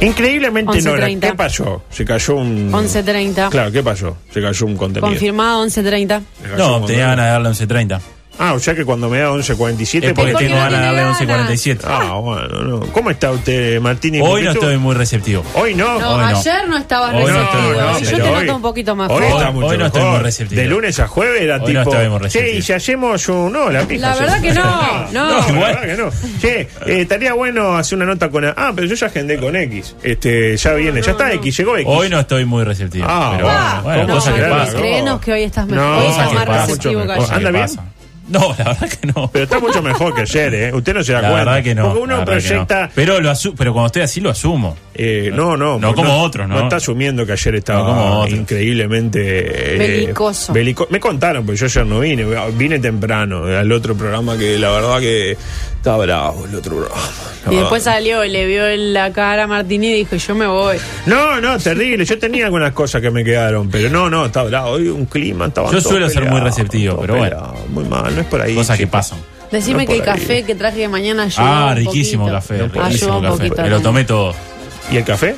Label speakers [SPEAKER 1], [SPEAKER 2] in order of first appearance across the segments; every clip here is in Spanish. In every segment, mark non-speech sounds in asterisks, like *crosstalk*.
[SPEAKER 1] Increíblemente,
[SPEAKER 2] 11:30.
[SPEAKER 1] Nora, ¿qué pasó? Se cayó un...
[SPEAKER 2] 11.30.
[SPEAKER 1] Claro, ¿qué pasó? Se cayó un contenido.
[SPEAKER 2] Confirmado 11.30.
[SPEAKER 1] Se cayó un
[SPEAKER 3] No, tenía
[SPEAKER 1] contenido.
[SPEAKER 3] ganas de darle 11.30.
[SPEAKER 1] Ah, o sea que cuando me da 11.47...
[SPEAKER 3] Es porque
[SPEAKER 2] porque
[SPEAKER 3] tengo
[SPEAKER 2] no
[SPEAKER 3] ganas
[SPEAKER 2] tiene
[SPEAKER 3] de darle
[SPEAKER 2] ganas.
[SPEAKER 3] 11.47.
[SPEAKER 1] Ah, bueno, no. ¿Cómo está usted, Martínez?
[SPEAKER 3] Hoy no estoy muy receptivo.
[SPEAKER 1] Hoy no.
[SPEAKER 2] No,
[SPEAKER 3] Hoy no.
[SPEAKER 2] ayer no estabas
[SPEAKER 3] Hoy no
[SPEAKER 2] receptivo.
[SPEAKER 3] estoy,
[SPEAKER 2] Yo
[SPEAKER 3] no, pero
[SPEAKER 2] te
[SPEAKER 1] hoy-
[SPEAKER 2] noto un poquito más
[SPEAKER 1] Hoy
[SPEAKER 2] flojo.
[SPEAKER 1] está mucho
[SPEAKER 3] Hoy no estoy
[SPEAKER 1] mejor.
[SPEAKER 3] muy receptivo.
[SPEAKER 1] De lunes a jueves era
[SPEAKER 3] Hoy no
[SPEAKER 1] tipo.
[SPEAKER 3] estoy muy receptivo.
[SPEAKER 1] che, y si hacemos un. No, la pija.
[SPEAKER 2] La
[SPEAKER 1] se-
[SPEAKER 2] verdad que no, no.
[SPEAKER 1] la
[SPEAKER 3] Igual.
[SPEAKER 1] verdad que *laughs* no. Che, eh, estaría bueno hacer una nota con. Ah, pero yo ya agendé con X. Este, ya viene. ya está X, llegó X.
[SPEAKER 3] Hoy no estoy muy receptivo.
[SPEAKER 1] Ah,
[SPEAKER 3] pero
[SPEAKER 1] bueno,
[SPEAKER 3] bueno,
[SPEAKER 1] ¿cómo
[SPEAKER 3] cosas que
[SPEAKER 1] será?
[SPEAKER 3] pasan.
[SPEAKER 2] Créenos que hoy estás mejor.
[SPEAKER 1] No,
[SPEAKER 2] hoy
[SPEAKER 1] cosas
[SPEAKER 2] estás
[SPEAKER 1] que
[SPEAKER 2] más
[SPEAKER 1] pasan.
[SPEAKER 2] receptivo que
[SPEAKER 1] Mucho
[SPEAKER 2] ayer.
[SPEAKER 3] Cosas que
[SPEAKER 1] ¿Anda bien?
[SPEAKER 3] pasan. No, la verdad que no.
[SPEAKER 1] Pero está mucho mejor que ayer, ¿eh? Usted no se da
[SPEAKER 3] La
[SPEAKER 1] cuenta.
[SPEAKER 3] verdad que no.
[SPEAKER 1] Porque
[SPEAKER 3] la
[SPEAKER 1] uno
[SPEAKER 3] verdad que no.
[SPEAKER 1] proyecta.
[SPEAKER 3] Pero, lo asu- pero cuando estoy así lo asumo.
[SPEAKER 1] Eh, no, no.
[SPEAKER 3] No como otros, ¿no?
[SPEAKER 1] No está asumiendo que ayer estaba
[SPEAKER 3] No como otros.
[SPEAKER 1] increíblemente. eh,
[SPEAKER 2] Belicoso.
[SPEAKER 1] belico- Me contaron, porque yo ayer no vine. Vine temprano eh, al otro programa que la verdad que está bravo el otro programa.
[SPEAKER 2] Y después salió y le vio la cara a Martini y dijo, yo me voy.
[SPEAKER 1] No, no, terrible. Yo tenía algunas cosas que me quedaron, pero no, no, está bravo. Hoy un clima estaba.
[SPEAKER 3] Yo suelo ser muy receptivo, pero bueno.
[SPEAKER 1] Muy mal, no es por ahí.
[SPEAKER 3] Cosas que
[SPEAKER 1] chicos.
[SPEAKER 3] pasan.
[SPEAKER 2] Decime
[SPEAKER 1] No
[SPEAKER 2] que el
[SPEAKER 1] por ahí.
[SPEAKER 2] café que traje de mañana ayuda
[SPEAKER 3] Ah,
[SPEAKER 2] un
[SPEAKER 3] riquísimo
[SPEAKER 2] poquito.
[SPEAKER 3] café.
[SPEAKER 1] No,
[SPEAKER 3] Riquísimo
[SPEAKER 2] ayuda un
[SPEAKER 3] café.
[SPEAKER 2] poquito
[SPEAKER 3] Me lo
[SPEAKER 2] también. *laughs*
[SPEAKER 3] tomé todo.
[SPEAKER 1] ¿Y el café?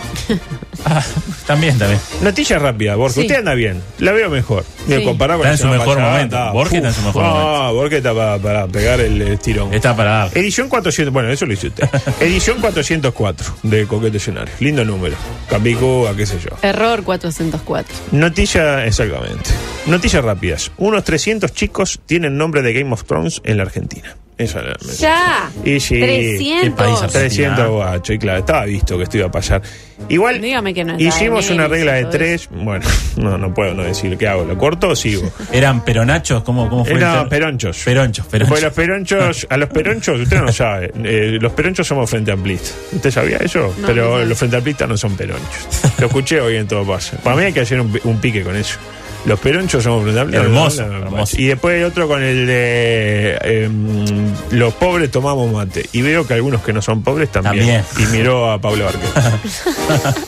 [SPEAKER 3] Ah, también, también.
[SPEAKER 1] Noticia rápida, Borges.
[SPEAKER 2] Sí.
[SPEAKER 1] Usted anda bien, la veo mejor.
[SPEAKER 2] Sí.
[SPEAKER 1] Comparado con
[SPEAKER 3] Está
[SPEAKER 1] la
[SPEAKER 3] en su
[SPEAKER 1] semana
[SPEAKER 3] mejor
[SPEAKER 1] pasada,
[SPEAKER 3] momento. Borges está en su
[SPEAKER 1] uf,
[SPEAKER 3] mejor
[SPEAKER 1] Ah, Borges está para, para pegar el estirón.
[SPEAKER 3] Está para dar.
[SPEAKER 1] Edición 400, bueno, eso lo hice
[SPEAKER 3] *laughs*
[SPEAKER 1] usted. Edición 404 de Coquete Escenario. Lindo número. Capicúa, qué sé yo.
[SPEAKER 2] Error 404.
[SPEAKER 1] Noticia, exactamente. Noticias rápidas. Unos 300 chicos tienen nombre de Game of Thrones en la Argentina. Esa era la-
[SPEAKER 2] ¡Ya!
[SPEAKER 1] Y sí.
[SPEAKER 3] ¿Qué país
[SPEAKER 2] 300.
[SPEAKER 3] argentino?
[SPEAKER 1] 300 guacho, y claro, estaba visto que esto iba a pasar. Igual
[SPEAKER 2] Dígame que no está
[SPEAKER 1] hicimos
[SPEAKER 2] en
[SPEAKER 1] una
[SPEAKER 2] Elis y
[SPEAKER 1] regla de
[SPEAKER 2] todo
[SPEAKER 1] tres. Bueno, *laughs* no, no puedo no decir qué hago. ¿Lo corto o sigo?
[SPEAKER 3] ¿Eran peronachos? ¿Cómo, cómo fue? el
[SPEAKER 1] No,
[SPEAKER 3] ter-
[SPEAKER 1] peronchos.
[SPEAKER 3] Peronchos,
[SPEAKER 1] Pues los
[SPEAKER 3] peronchos.
[SPEAKER 1] peronchos, a los peronchos, usted no sabe, eh, los peronchos somos frente amplistas. ¿Usted sabía eso?
[SPEAKER 2] No,
[SPEAKER 1] Pero
[SPEAKER 2] no sé.
[SPEAKER 1] los frente amplistas no son peronchos. Lo escuché hoy en todo paso. Para mí hay que hacer un, pi- un pique con eso. Los peronchos somos frente amplistas.
[SPEAKER 3] Hermoso,
[SPEAKER 1] No, no, no,
[SPEAKER 3] hermoso.
[SPEAKER 1] Y después el otro con el de eh, mm, los pobres tomamos mate. Y veo que algunos que no son pobres también.
[SPEAKER 3] También.
[SPEAKER 1] Y miró a Pablo Arquez.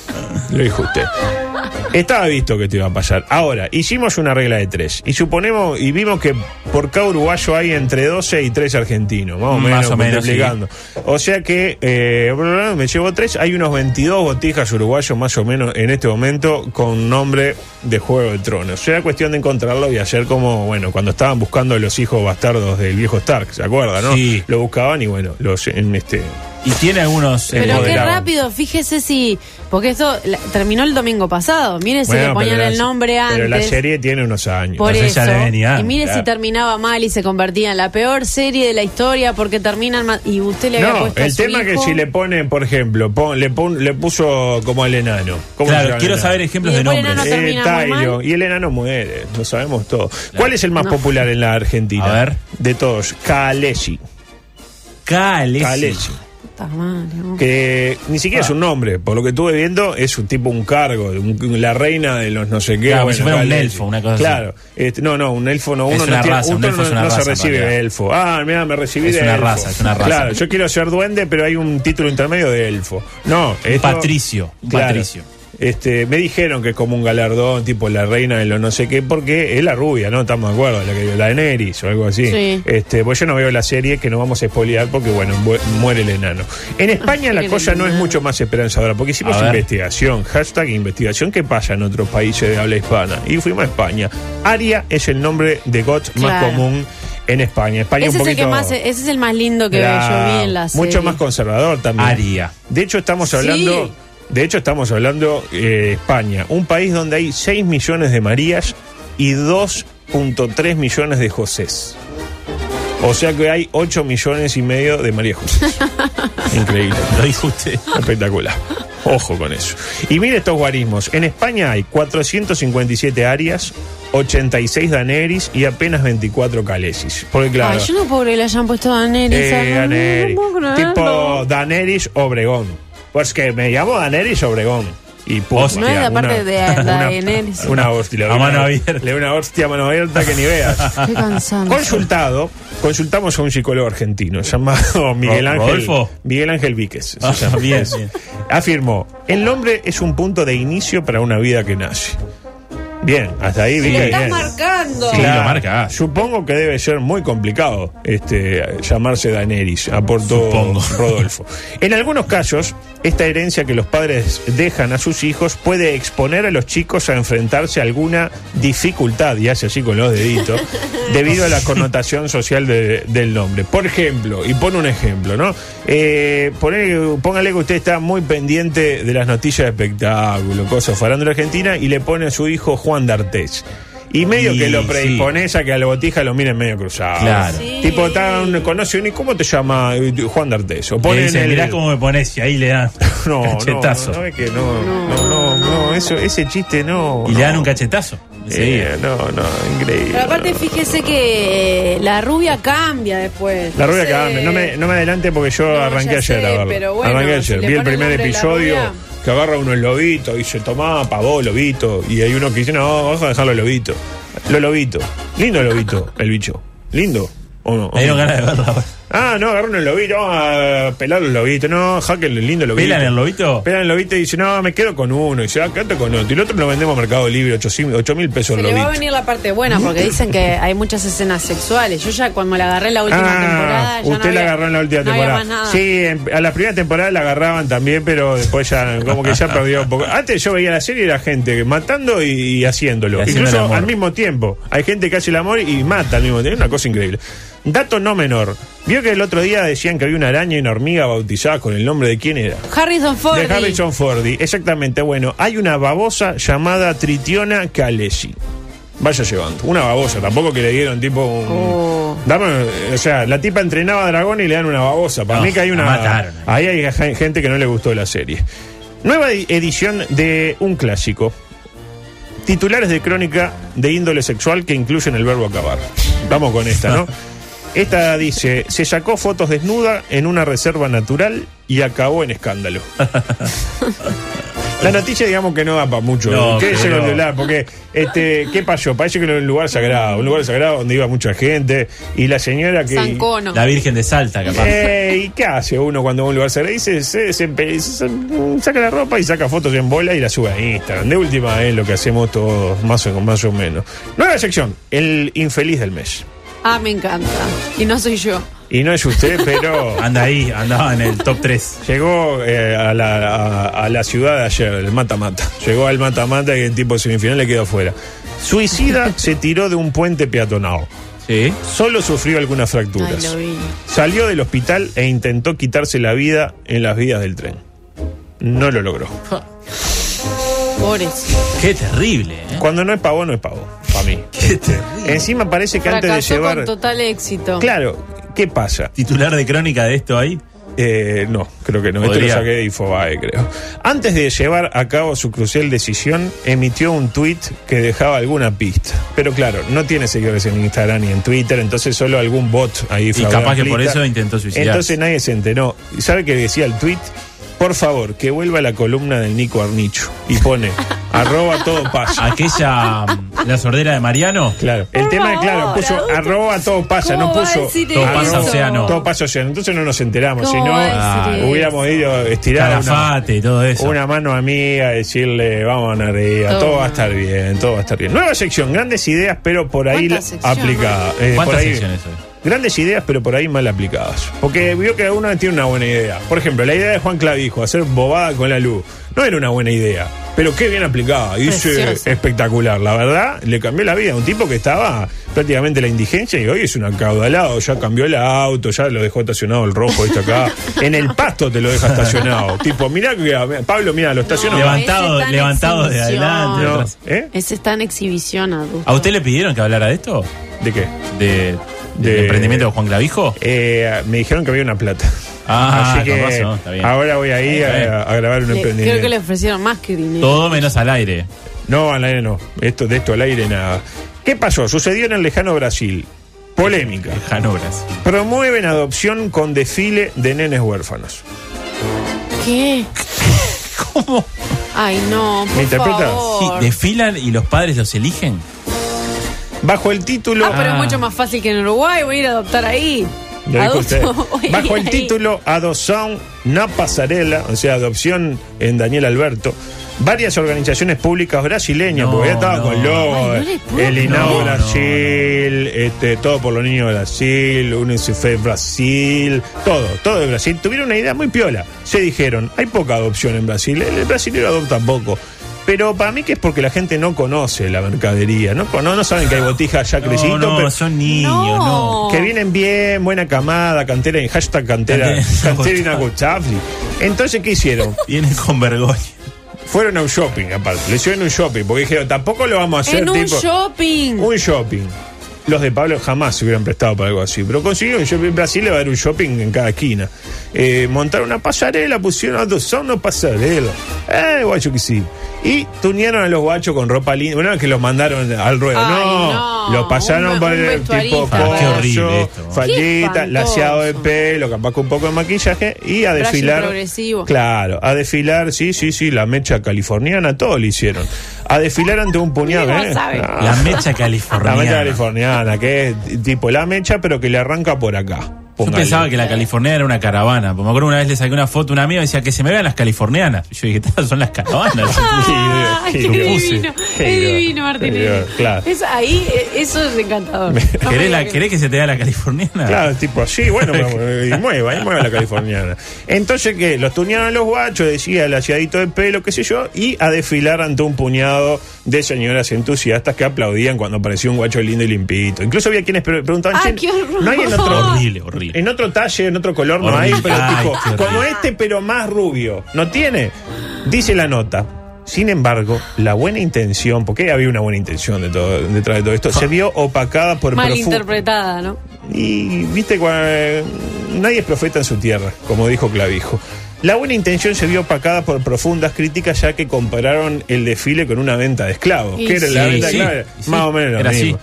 [SPEAKER 1] Lo dijo usted. Estaba visto que te iba a pasar. Ahora, hicimos una regla de tres. Y suponemos, y vimos que por cada uruguayo hay entre 12 y 3 argentinos. Más o
[SPEAKER 3] Mm, Más
[SPEAKER 1] menos,
[SPEAKER 3] o menos,
[SPEAKER 1] multiplicando. O sea que, eh, bla, bla, bla, me llevo tres. Hay unos 22 botijas uruguayos, más o menos, en este momento, con nombre de Juego de Tronos. O sea, era cuestión de encontrarlo y hacer como, bueno, cuando estaban buscando a los hijos bastardos del viejo Stark, ¿se acuerdan, no?
[SPEAKER 3] Sí.
[SPEAKER 1] Lo buscaban y bueno, los en este.
[SPEAKER 3] Y tiene algunos. eh,
[SPEAKER 2] Pero qué
[SPEAKER 1] Moderado.
[SPEAKER 2] rápido, fíjese si. Porque esto la- terminó el domingo pasado. Mire si le
[SPEAKER 1] Bueno,
[SPEAKER 2] ponían
[SPEAKER 1] pero
[SPEAKER 2] el
[SPEAKER 1] la-
[SPEAKER 2] nombre antes.
[SPEAKER 1] Pero la serie tiene unos años.
[SPEAKER 2] Por
[SPEAKER 3] Entonces
[SPEAKER 2] eso.
[SPEAKER 3] ya le venía,
[SPEAKER 2] y mire si
[SPEAKER 1] claro.
[SPEAKER 2] terminaba mal y se convertía en la peor serie de la historia porque terminan mal. Y usted le había
[SPEAKER 1] No,
[SPEAKER 2] puesto a
[SPEAKER 1] el
[SPEAKER 2] su
[SPEAKER 1] tema que
[SPEAKER 2] hijo.
[SPEAKER 1] si le ponen, por ejemplo, pon- le, pon- le puso como al enano. ¿Cómo se
[SPEAKER 3] Claro,
[SPEAKER 1] llama
[SPEAKER 3] quiero
[SPEAKER 1] el
[SPEAKER 3] saber
[SPEAKER 1] enano?
[SPEAKER 3] ejemplos
[SPEAKER 2] Y
[SPEAKER 3] de
[SPEAKER 2] después el enano
[SPEAKER 3] nombres.
[SPEAKER 1] Eh,
[SPEAKER 2] termina muy
[SPEAKER 1] Tylo.
[SPEAKER 2] mal.
[SPEAKER 1] y el enano muere, lo sabemos todo. ¿Cuál es el más popular en la Argentina?
[SPEAKER 3] A ver.
[SPEAKER 1] De todos, Calesi.
[SPEAKER 3] Cales.
[SPEAKER 1] Calesi.
[SPEAKER 2] Puta madre, no.
[SPEAKER 1] Que ni siquiera
[SPEAKER 3] Ah.
[SPEAKER 1] es un nombre, por lo que estuve viendo, es un tipo, un cargo, un- la reina de los no sé qué.
[SPEAKER 3] Claro, como si fuera un
[SPEAKER 1] Calesi.
[SPEAKER 3] elfo, una cosa así.
[SPEAKER 1] Claro, este, no, no, un elfo no,
[SPEAKER 3] Es
[SPEAKER 1] uno
[SPEAKER 3] una
[SPEAKER 1] no, tiene-
[SPEAKER 3] raza, un
[SPEAKER 1] uno
[SPEAKER 3] elfo
[SPEAKER 1] no-
[SPEAKER 3] es una
[SPEAKER 1] no se
[SPEAKER 3] raza, en
[SPEAKER 1] recibe
[SPEAKER 3] realidad.
[SPEAKER 1] elfo. Ah, mira, me recibí
[SPEAKER 3] Es
[SPEAKER 1] de
[SPEAKER 3] una
[SPEAKER 1] elfo.
[SPEAKER 3] raza, es una raza.
[SPEAKER 1] Claro, yo quiero ser duende, pero hay un título intermedio de elfo. No, esto-
[SPEAKER 3] Patricio, un
[SPEAKER 1] Claro.
[SPEAKER 3] Patricio.
[SPEAKER 1] Este, me dijeron que es como un galardón, tipo la reina de lo no sé qué, porque es la rubia, ¿no? Estamos de acuerdo, la que la de Neris o algo así.
[SPEAKER 2] Sí.
[SPEAKER 1] Este, pues yo no veo la serie que no vamos a espolear porque, bueno, mu- muere el enano. En España la
[SPEAKER 2] Muere
[SPEAKER 1] cosa
[SPEAKER 2] el
[SPEAKER 1] no es
[SPEAKER 2] enano.
[SPEAKER 1] mucho más esperanzadora, porque hicimos
[SPEAKER 3] A ver.
[SPEAKER 1] investigación, hashtag investigación, ¿qué pasa en otros países de habla hispana? Y fuimos a España. Aria es el nombre de God más
[SPEAKER 2] Claro.
[SPEAKER 1] común en España. España
[SPEAKER 2] Ese
[SPEAKER 1] un
[SPEAKER 2] es el
[SPEAKER 1] poquito...
[SPEAKER 2] que más, e-, ese es el más lindo que
[SPEAKER 1] Claro,
[SPEAKER 2] yo vi en la serie.
[SPEAKER 1] Mucho más conservador también.
[SPEAKER 3] Aria.
[SPEAKER 1] De hecho, estamos
[SPEAKER 2] Sí.
[SPEAKER 1] hablando. De hecho, estamos hablando eh, España, un país donde hay 6 millones de Marías y 2.3 millones de Josés. O sea que hay 8 millones y medio de María
[SPEAKER 3] *laughs*
[SPEAKER 1] José. Increíble.
[SPEAKER 3] Lo dijo usted.
[SPEAKER 1] Espectacular. Ojo con eso. Y mire estos guarismos. En España hay 457 Arias, 86 Daneris y apenas 24 Calesis. Porque claro.
[SPEAKER 2] Ay, yo no puedo creer que le hayan puesto a Daenerys.
[SPEAKER 1] Eh,
[SPEAKER 2] a- no,
[SPEAKER 1] Anel.
[SPEAKER 2] no puedo creerlo.
[SPEAKER 1] tipo No, Daneris Obregón. Pues que me llamo Daneris Obregón. Y pum,
[SPEAKER 3] Hostia.
[SPEAKER 2] No es la parte de Daenerys.
[SPEAKER 1] *laughs* Una, una hostia.
[SPEAKER 3] A mano abierta.
[SPEAKER 1] Le doy una hostia a mano abierta que ni veas.
[SPEAKER 2] *laughs* Qué cansancio.
[SPEAKER 1] Consultado, consultamos a un psicólogo argentino llamado *laughs* Miguel Ángel.
[SPEAKER 3] Rodolfo.
[SPEAKER 1] Miguel Ángel Víquez. se
[SPEAKER 3] Ah,
[SPEAKER 1] llama.
[SPEAKER 3] *laughs* bien, bien.
[SPEAKER 1] Afirmó: el nombre es un punto de inicio para una vida que nace. Bien, hasta ahí, Víquez. bien.
[SPEAKER 2] marcando.
[SPEAKER 3] Sí, lo marca.
[SPEAKER 1] Supongo que debe ser muy complicado este, llamarse Daneris, aportó
[SPEAKER 3] Supongo.
[SPEAKER 1] *laughs* Rodolfo. En algunos casos, esta herencia que los padres dejan a sus hijos puede exponer a los chicos a enfrentarse a alguna dificultad, y hace así con los deditos, debido a la connotación social de- del nombre. Por ejemplo, y pone un ejemplo, ¿no? Eh, poner- póngale que usted está muy pendiente de las noticias de espectáculo, cosas farándula argentina, y le pone a su hijo Juan D'Artés. Y medio
[SPEAKER 3] Y
[SPEAKER 1] que lo
[SPEAKER 3] sí.
[SPEAKER 1] predispones a que a la botija lo miren medio cruzado.
[SPEAKER 3] Claro.
[SPEAKER 2] Sí.
[SPEAKER 1] Tipo, tan, conoce un y ¿cómo te llama Eh, Juan D'Artés? O
[SPEAKER 3] Le
[SPEAKER 1] ponen
[SPEAKER 3] dicen,
[SPEAKER 1] el-
[SPEAKER 3] mirá cómo me pones y ahí le dan
[SPEAKER 1] *laughs* no,
[SPEAKER 3] un *laughs* cachetazo.
[SPEAKER 1] No, no, es que no, no, no, no, eso, ese chiste no.
[SPEAKER 3] y le dan
[SPEAKER 1] no.
[SPEAKER 3] un cachetazo. Ese
[SPEAKER 1] Eh,
[SPEAKER 3] día.
[SPEAKER 1] no, no, increíble.
[SPEAKER 2] Pero aparte, fíjese que eh, la rubia cambia después.
[SPEAKER 1] La rubia
[SPEAKER 2] sé.
[SPEAKER 1] que dame, no me, no me adelante porque yo
[SPEAKER 2] No,
[SPEAKER 1] arranqué
[SPEAKER 2] ya
[SPEAKER 1] ayer
[SPEAKER 2] sé,
[SPEAKER 1] a verlo.
[SPEAKER 2] pero bueno,
[SPEAKER 1] arranqué ayer.
[SPEAKER 2] si le
[SPEAKER 1] Vi el
[SPEAKER 2] ponen
[SPEAKER 1] primer
[SPEAKER 2] nombre a la
[SPEAKER 1] episodio
[SPEAKER 2] rubia.
[SPEAKER 1] que agarra unos lobitos y se toma pavó, lobito. Y hay uno que dice, no, vamos a dejarlo lobito. Lo lobito. Lindo lobito, el bicho. Lindo. ¿O no?
[SPEAKER 3] Me dieron ganas de verla ahora.
[SPEAKER 1] Ah, no, agarra unos lobitos, vamos a pelar los lobitos. No, jaque el lindo lobito.
[SPEAKER 3] ¿Pelan el lobito?
[SPEAKER 1] Pelan el lobito y dice, no, me quedo con uno. Y dice, ah, quédate con otro. Y el otro lo vendemos a Mercado Libre, 8 mil pesos
[SPEAKER 2] Se
[SPEAKER 1] el
[SPEAKER 2] le va a
[SPEAKER 1] lobito.
[SPEAKER 2] venir la parte buena porque dicen que hay muchas escenas sexuales. Yo ya cuando la agarré la última temporada. Ya no
[SPEAKER 1] Ah, usted la
[SPEAKER 2] había-
[SPEAKER 1] agarró en la última
[SPEAKER 2] no había
[SPEAKER 1] temporada.
[SPEAKER 2] más nada.
[SPEAKER 1] Sí, en- a la primera temporada la agarraban también, pero después ya, como
[SPEAKER 3] *laughs*
[SPEAKER 1] que ya perdió un poco. Antes yo veía la serie y la gente matando y, y haciéndolo.
[SPEAKER 3] Y haciendo el
[SPEAKER 1] Incluso
[SPEAKER 3] amor.
[SPEAKER 1] al mismo tiempo. Hay gente que hace el amor y mata al mismo tiempo. Es una cosa increíble. Dato no menor. Vio que el otro día decían que había una araña y una hormiga bautizadas con el nombre de quién era.
[SPEAKER 2] Harrison Ford.
[SPEAKER 1] De Harrison Fordy, exactamente. Bueno, hay una babosa llamada Tritiona Calesi. Vaya llevando. Una babosa, tampoco que le dieron tipo un-
[SPEAKER 2] Oh.
[SPEAKER 1] Dame, o sea, la tipa entrenaba a dragón y le dan una babosa. Para
[SPEAKER 3] No,
[SPEAKER 1] mí que hay una.
[SPEAKER 3] la mataron.
[SPEAKER 1] Ahí hay gen- gente que no le gustó la serie. Nueva e- edición de un clásico. Titulares de crónica de índole sexual que incluyen el verbo acabar. Vamos con esta,
[SPEAKER 3] *laughs*
[SPEAKER 1] ¿no? Esta dice, se sacó fotos desnuda en una reserva natural y acabó en
[SPEAKER 3] *laughs*
[SPEAKER 1] escándalo. La noticia digamos que no da para mucho.
[SPEAKER 3] No,
[SPEAKER 1] ¿Qué es
[SPEAKER 3] pero-
[SPEAKER 1] el lugar? Porque, este, ¿qué pasó? Parece que era un lugar sagrado, un lugar sagrado donde iba mucha gente y la señora que...
[SPEAKER 2] San Cono.
[SPEAKER 3] La Virgen de Salta, capaz.
[SPEAKER 1] Eh, ¿Y qué hace uno cuando va a un lugar sagrado? Dice, se, se empe- se- se- saca la ropa y saca fotos en bola y la sube a Instagram. De última es lo que hacemos todos, más o, más o menos. Nueva sección, el infeliz del mes.
[SPEAKER 2] Ah, me encanta. Y no soy yo.
[SPEAKER 1] Y no es usted,
[SPEAKER 3] *laughs*
[SPEAKER 1] pero...
[SPEAKER 3] Anda ahí, andaba en el top 3.
[SPEAKER 1] Llegó eh, a, la, a- a la ciudad de ayer, el mata-mata. Llegó al mata-mata y el tipo semifinal le quedó fuera.
[SPEAKER 2] *laughs*
[SPEAKER 1] Suicida se tiró de un puente peatonal.
[SPEAKER 3] Sí.
[SPEAKER 1] Solo sufrió algunas
[SPEAKER 2] Ay,
[SPEAKER 1] fracturas.
[SPEAKER 2] lo vi.
[SPEAKER 1] Salió del hospital e intentó quitarse la vida en las vías del tren. No lo
[SPEAKER 2] *laughs*
[SPEAKER 1] logró.
[SPEAKER 2] Pobres.
[SPEAKER 3] Qué terrible, ¿eh?
[SPEAKER 1] Cuando no es pavo, no es pavo, para mí.
[SPEAKER 3] Qué terrible.
[SPEAKER 1] Encima parece que antes de
[SPEAKER 2] Fracasó
[SPEAKER 1] llevar...
[SPEAKER 2] con total éxito.
[SPEAKER 1] Claro, ¿qué pasa?
[SPEAKER 3] Titular de crónica de esto ahí.
[SPEAKER 1] Eh, no, creo que no. Esto lo
[SPEAKER 3] Podría.
[SPEAKER 1] saqué de Infobae, creo. Antes de llevar a cabo su crucial decisión, emitió un tweet que dejaba alguna pista. Pero claro, no tiene seguidores en Instagram ni en Twitter, entonces solo algún bot ahí.
[SPEAKER 3] capaz que por
[SPEAKER 1] fraudulenta.
[SPEAKER 3] eso intentó suicidarse.
[SPEAKER 1] Entonces nadie se enteró. ¿Y sabe qué decía el tweet? Por favor, que vuelva la columna del Nico Arnicho. Y pone, *laughs* arroba todo pasa.
[SPEAKER 3] Aquella. mm, La sordera de Mariano.
[SPEAKER 1] Claro, Este, el
[SPEAKER 2] Por
[SPEAKER 1] tema es claro,
[SPEAKER 2] favor,
[SPEAKER 1] puso
[SPEAKER 2] adulto.
[SPEAKER 1] arroba todo pasa,
[SPEAKER 2] ¿Cómo
[SPEAKER 1] no
[SPEAKER 2] va a
[SPEAKER 1] puso
[SPEAKER 2] decir
[SPEAKER 3] todo pasa
[SPEAKER 2] eso?
[SPEAKER 3] océano.
[SPEAKER 1] todo pasa océano. Entonces no nos enteramos,
[SPEAKER 2] ¿Cómo
[SPEAKER 1] si no
[SPEAKER 2] va a decir
[SPEAKER 1] ah, hubiéramos ido estirar una,
[SPEAKER 3] Calafate y todo eso.
[SPEAKER 1] una mano amiga, decirle, vamos a arriba,
[SPEAKER 2] Toma.
[SPEAKER 1] todo va a estar bien, todo va a estar bien. Nueva sección, grandes ideas, pero por ahí
[SPEAKER 2] ¿Cuántas secciones?
[SPEAKER 1] aplicadas. Eh, por
[SPEAKER 3] ¿Cuántas
[SPEAKER 1] ahí-
[SPEAKER 3] secciones hoy?
[SPEAKER 1] Grandes ideas, pero por ahí mal aplicadas. Porque vio que uno tiene una buena idea. Por ejemplo, la idea de Juan Clavijo, hacer bobada con la luz, no era una buena idea. Pero qué bien aplicada. Y dice,
[SPEAKER 2] Precioso.
[SPEAKER 1] espectacular. La verdad, le cambió la vida a un tipo que estaba prácticamente en la indigencia y hoy es un acaudalado. Ya cambió el auto, ya lo dejó estacionado el rojo, esto
[SPEAKER 3] *laughs*
[SPEAKER 1] acá. en el pasto te lo deja estacionado. tipo, mirá que Pablo, mira, lo estacionó.
[SPEAKER 2] No,
[SPEAKER 3] levantado
[SPEAKER 2] ese está en
[SPEAKER 3] levantado de
[SPEAKER 2] exhibición.
[SPEAKER 3] adelante.
[SPEAKER 1] No,
[SPEAKER 3] atrás.
[SPEAKER 1] ¿eh? Ah,
[SPEAKER 2] Ese está en exhibición, adulto.
[SPEAKER 3] ¿A usted le pidieron que hablara de esto?
[SPEAKER 1] ¿De qué?
[SPEAKER 3] ¿De, del
[SPEAKER 1] De-
[SPEAKER 3] emprendimiento de Juan Clavijo?
[SPEAKER 1] Eh, me dijeron que había una plata.
[SPEAKER 3] Ah,
[SPEAKER 1] Así que
[SPEAKER 3] con razón, está bien.
[SPEAKER 1] ahora voy ahí
[SPEAKER 3] Está bien.
[SPEAKER 1] a, a grabar un
[SPEAKER 2] Le-
[SPEAKER 1] emprendimiento.
[SPEAKER 2] creo que le ofrecieron más que dinero.
[SPEAKER 3] Todo menos al aire.
[SPEAKER 1] No, al aire no. Esto, de esto al aire nada. ¿Qué pasó? Sucedió en el lejano Brasil. Polémica.
[SPEAKER 3] Janobras.
[SPEAKER 1] Promueven adopción con desfile de nenes huérfanos.
[SPEAKER 2] ¿Qué?
[SPEAKER 3] ¿Cómo?
[SPEAKER 2] Ay, no. Por
[SPEAKER 1] ¿Me interpretas?
[SPEAKER 3] Sí,
[SPEAKER 2] favor.
[SPEAKER 3] desfilan y los padres los eligen.
[SPEAKER 1] Bajo el título.
[SPEAKER 2] Ah, pero
[SPEAKER 3] Ah.
[SPEAKER 2] es mucho más fácil que en Uruguay. Voy a ir a adoptar ahí.
[SPEAKER 1] Lo dijo usted.
[SPEAKER 2] *laughs* voy a ir
[SPEAKER 1] Bajo el
[SPEAKER 2] ahí.
[SPEAKER 1] título Adopción na pasarela, o sea, adopción en Daniel Alberto. Varias organizaciones públicas brasileñas,
[SPEAKER 3] No,
[SPEAKER 1] porque ya estaba
[SPEAKER 3] no.
[SPEAKER 1] con logo,
[SPEAKER 2] Ay, no le puedo
[SPEAKER 1] el INAO
[SPEAKER 3] creer. No,
[SPEAKER 1] Brasil, este, todo por los niños de Brasil, UNICEF Brasil, todo, todo de Brasil. Tuvieron una idea muy piola. Se dijeron, hay poca adopción en Brasil, el, el brasileño adopta poco. Pero para mí que es porque la gente no conoce la mercadería, no, no, no saben que hay botijas ya
[SPEAKER 3] No,
[SPEAKER 1] creciendo,
[SPEAKER 3] no,
[SPEAKER 1] pero
[SPEAKER 3] son niños, no.
[SPEAKER 1] que vienen bien, buena camada, cantera en hashtag cantera,
[SPEAKER 3] Cantera
[SPEAKER 1] cantera
[SPEAKER 3] inagotable.
[SPEAKER 1] inagotable. Entonces, ¿qué hicieron?
[SPEAKER 3] Vienen con vergüenza.
[SPEAKER 1] Fueron a un shopping, aparte. Le hicieron un shopping, porque dijeron, tampoco lo vamos a hacer
[SPEAKER 2] En un
[SPEAKER 1] tipo.
[SPEAKER 2] shopping.
[SPEAKER 1] un shopping. Los de Pablo jamás se hubieran prestado para algo así, pero consiguieron un shopping. En Brasil le va a haber un shopping en cada esquina. Eh, montaron una pasarela, pusieron a dos son una pasarela. Eh, guacho que sí. Y tunearon a los guachos con ropa linda. Bueno, que los mandaron al ruedo.
[SPEAKER 2] Ay,
[SPEAKER 1] no,
[SPEAKER 2] no,
[SPEAKER 1] los pasaron
[SPEAKER 2] un-
[SPEAKER 1] por
[SPEAKER 2] un
[SPEAKER 1] el tipo
[SPEAKER 2] vestuarista,
[SPEAKER 3] Ah, qué
[SPEAKER 1] corso,
[SPEAKER 3] horrible esto.
[SPEAKER 2] Qué
[SPEAKER 1] fallita,
[SPEAKER 2] espantoso.
[SPEAKER 1] laseado de pelo, capaz con un poco de maquillaje y a
[SPEAKER 2] Braille
[SPEAKER 1] desfilar.
[SPEAKER 2] progresivo.
[SPEAKER 1] Claro, a desfilar, sí, sí, sí, la mecha californiana, todo lo hicieron. A desfilar ante un puñado.
[SPEAKER 2] ¿Cómo
[SPEAKER 1] ¿eh?
[SPEAKER 2] sabe?
[SPEAKER 1] Ah.
[SPEAKER 2] *laughs*
[SPEAKER 3] La mecha californiana.
[SPEAKER 1] La mecha californiana, que es t- tipo la mecha, pero que le arranca por acá.
[SPEAKER 3] Yo
[SPEAKER 1] Póngale.
[SPEAKER 3] pensaba que la californiana era una caravana. porque Me acuerdo una vez le saqué una foto a una amiga y decía que se me vean las californianas. Yo dije, "Estas son
[SPEAKER 2] *laughs*
[SPEAKER 3] las caravanas.
[SPEAKER 2] Ah,
[SPEAKER 1] Qué
[SPEAKER 2] qué
[SPEAKER 1] divino.
[SPEAKER 2] divino.
[SPEAKER 1] Qué
[SPEAKER 2] Es
[SPEAKER 1] divino.
[SPEAKER 2] divino, Martín.
[SPEAKER 1] Qué divino, claro.
[SPEAKER 2] Es ahí, eh, eso es encantador. No me
[SPEAKER 3] ¿Querés, la-
[SPEAKER 2] digas que-
[SPEAKER 3] querés que se te vea la californiana?
[SPEAKER 1] Claro, tipo así,
[SPEAKER 3] *laughs*
[SPEAKER 1] bueno, me- y mueva, y mueva la californiana. Entonces, ¿qué? Los tuñaron a los guachos, decía el aseadito de pelo, qué sé yo, y a desfilar ante un puñado de señoras entusiastas que aplaudían cuando apareció un guacho lindo y limpito. Incluso había quienes pre- preguntaban,
[SPEAKER 2] Ah,
[SPEAKER 1] "Che,
[SPEAKER 2] qué horror.
[SPEAKER 1] ¿no hay en otro,
[SPEAKER 3] Horrible, horrible.
[SPEAKER 1] en otro talle, en otro color no hay,
[SPEAKER 3] Horrible.
[SPEAKER 1] pero
[SPEAKER 3] Ay,
[SPEAKER 1] tipo,
[SPEAKER 3] qué horrible.
[SPEAKER 1] como este, pero más rubio. ¿No tiene? Dice la nota. Sin embargo, la buena intención, porque había una buena intención de todo- detrás de todo esto, se vio opacada por
[SPEAKER 2] Mal
[SPEAKER 1] profu-
[SPEAKER 2] interpretada, ¿no?
[SPEAKER 1] y viste, cua- eh, nadie es profeta en su tierra, como dijo Clavijo. La buena intención se vio opacada por profundas críticas ya que compararon el desfile con una venta de esclavos.
[SPEAKER 2] Y
[SPEAKER 1] que era la
[SPEAKER 3] sí.
[SPEAKER 1] venta de
[SPEAKER 3] Sí,
[SPEAKER 1] esclavos,
[SPEAKER 3] sí.
[SPEAKER 1] más o menos. lo
[SPEAKER 3] Era
[SPEAKER 1] mismo.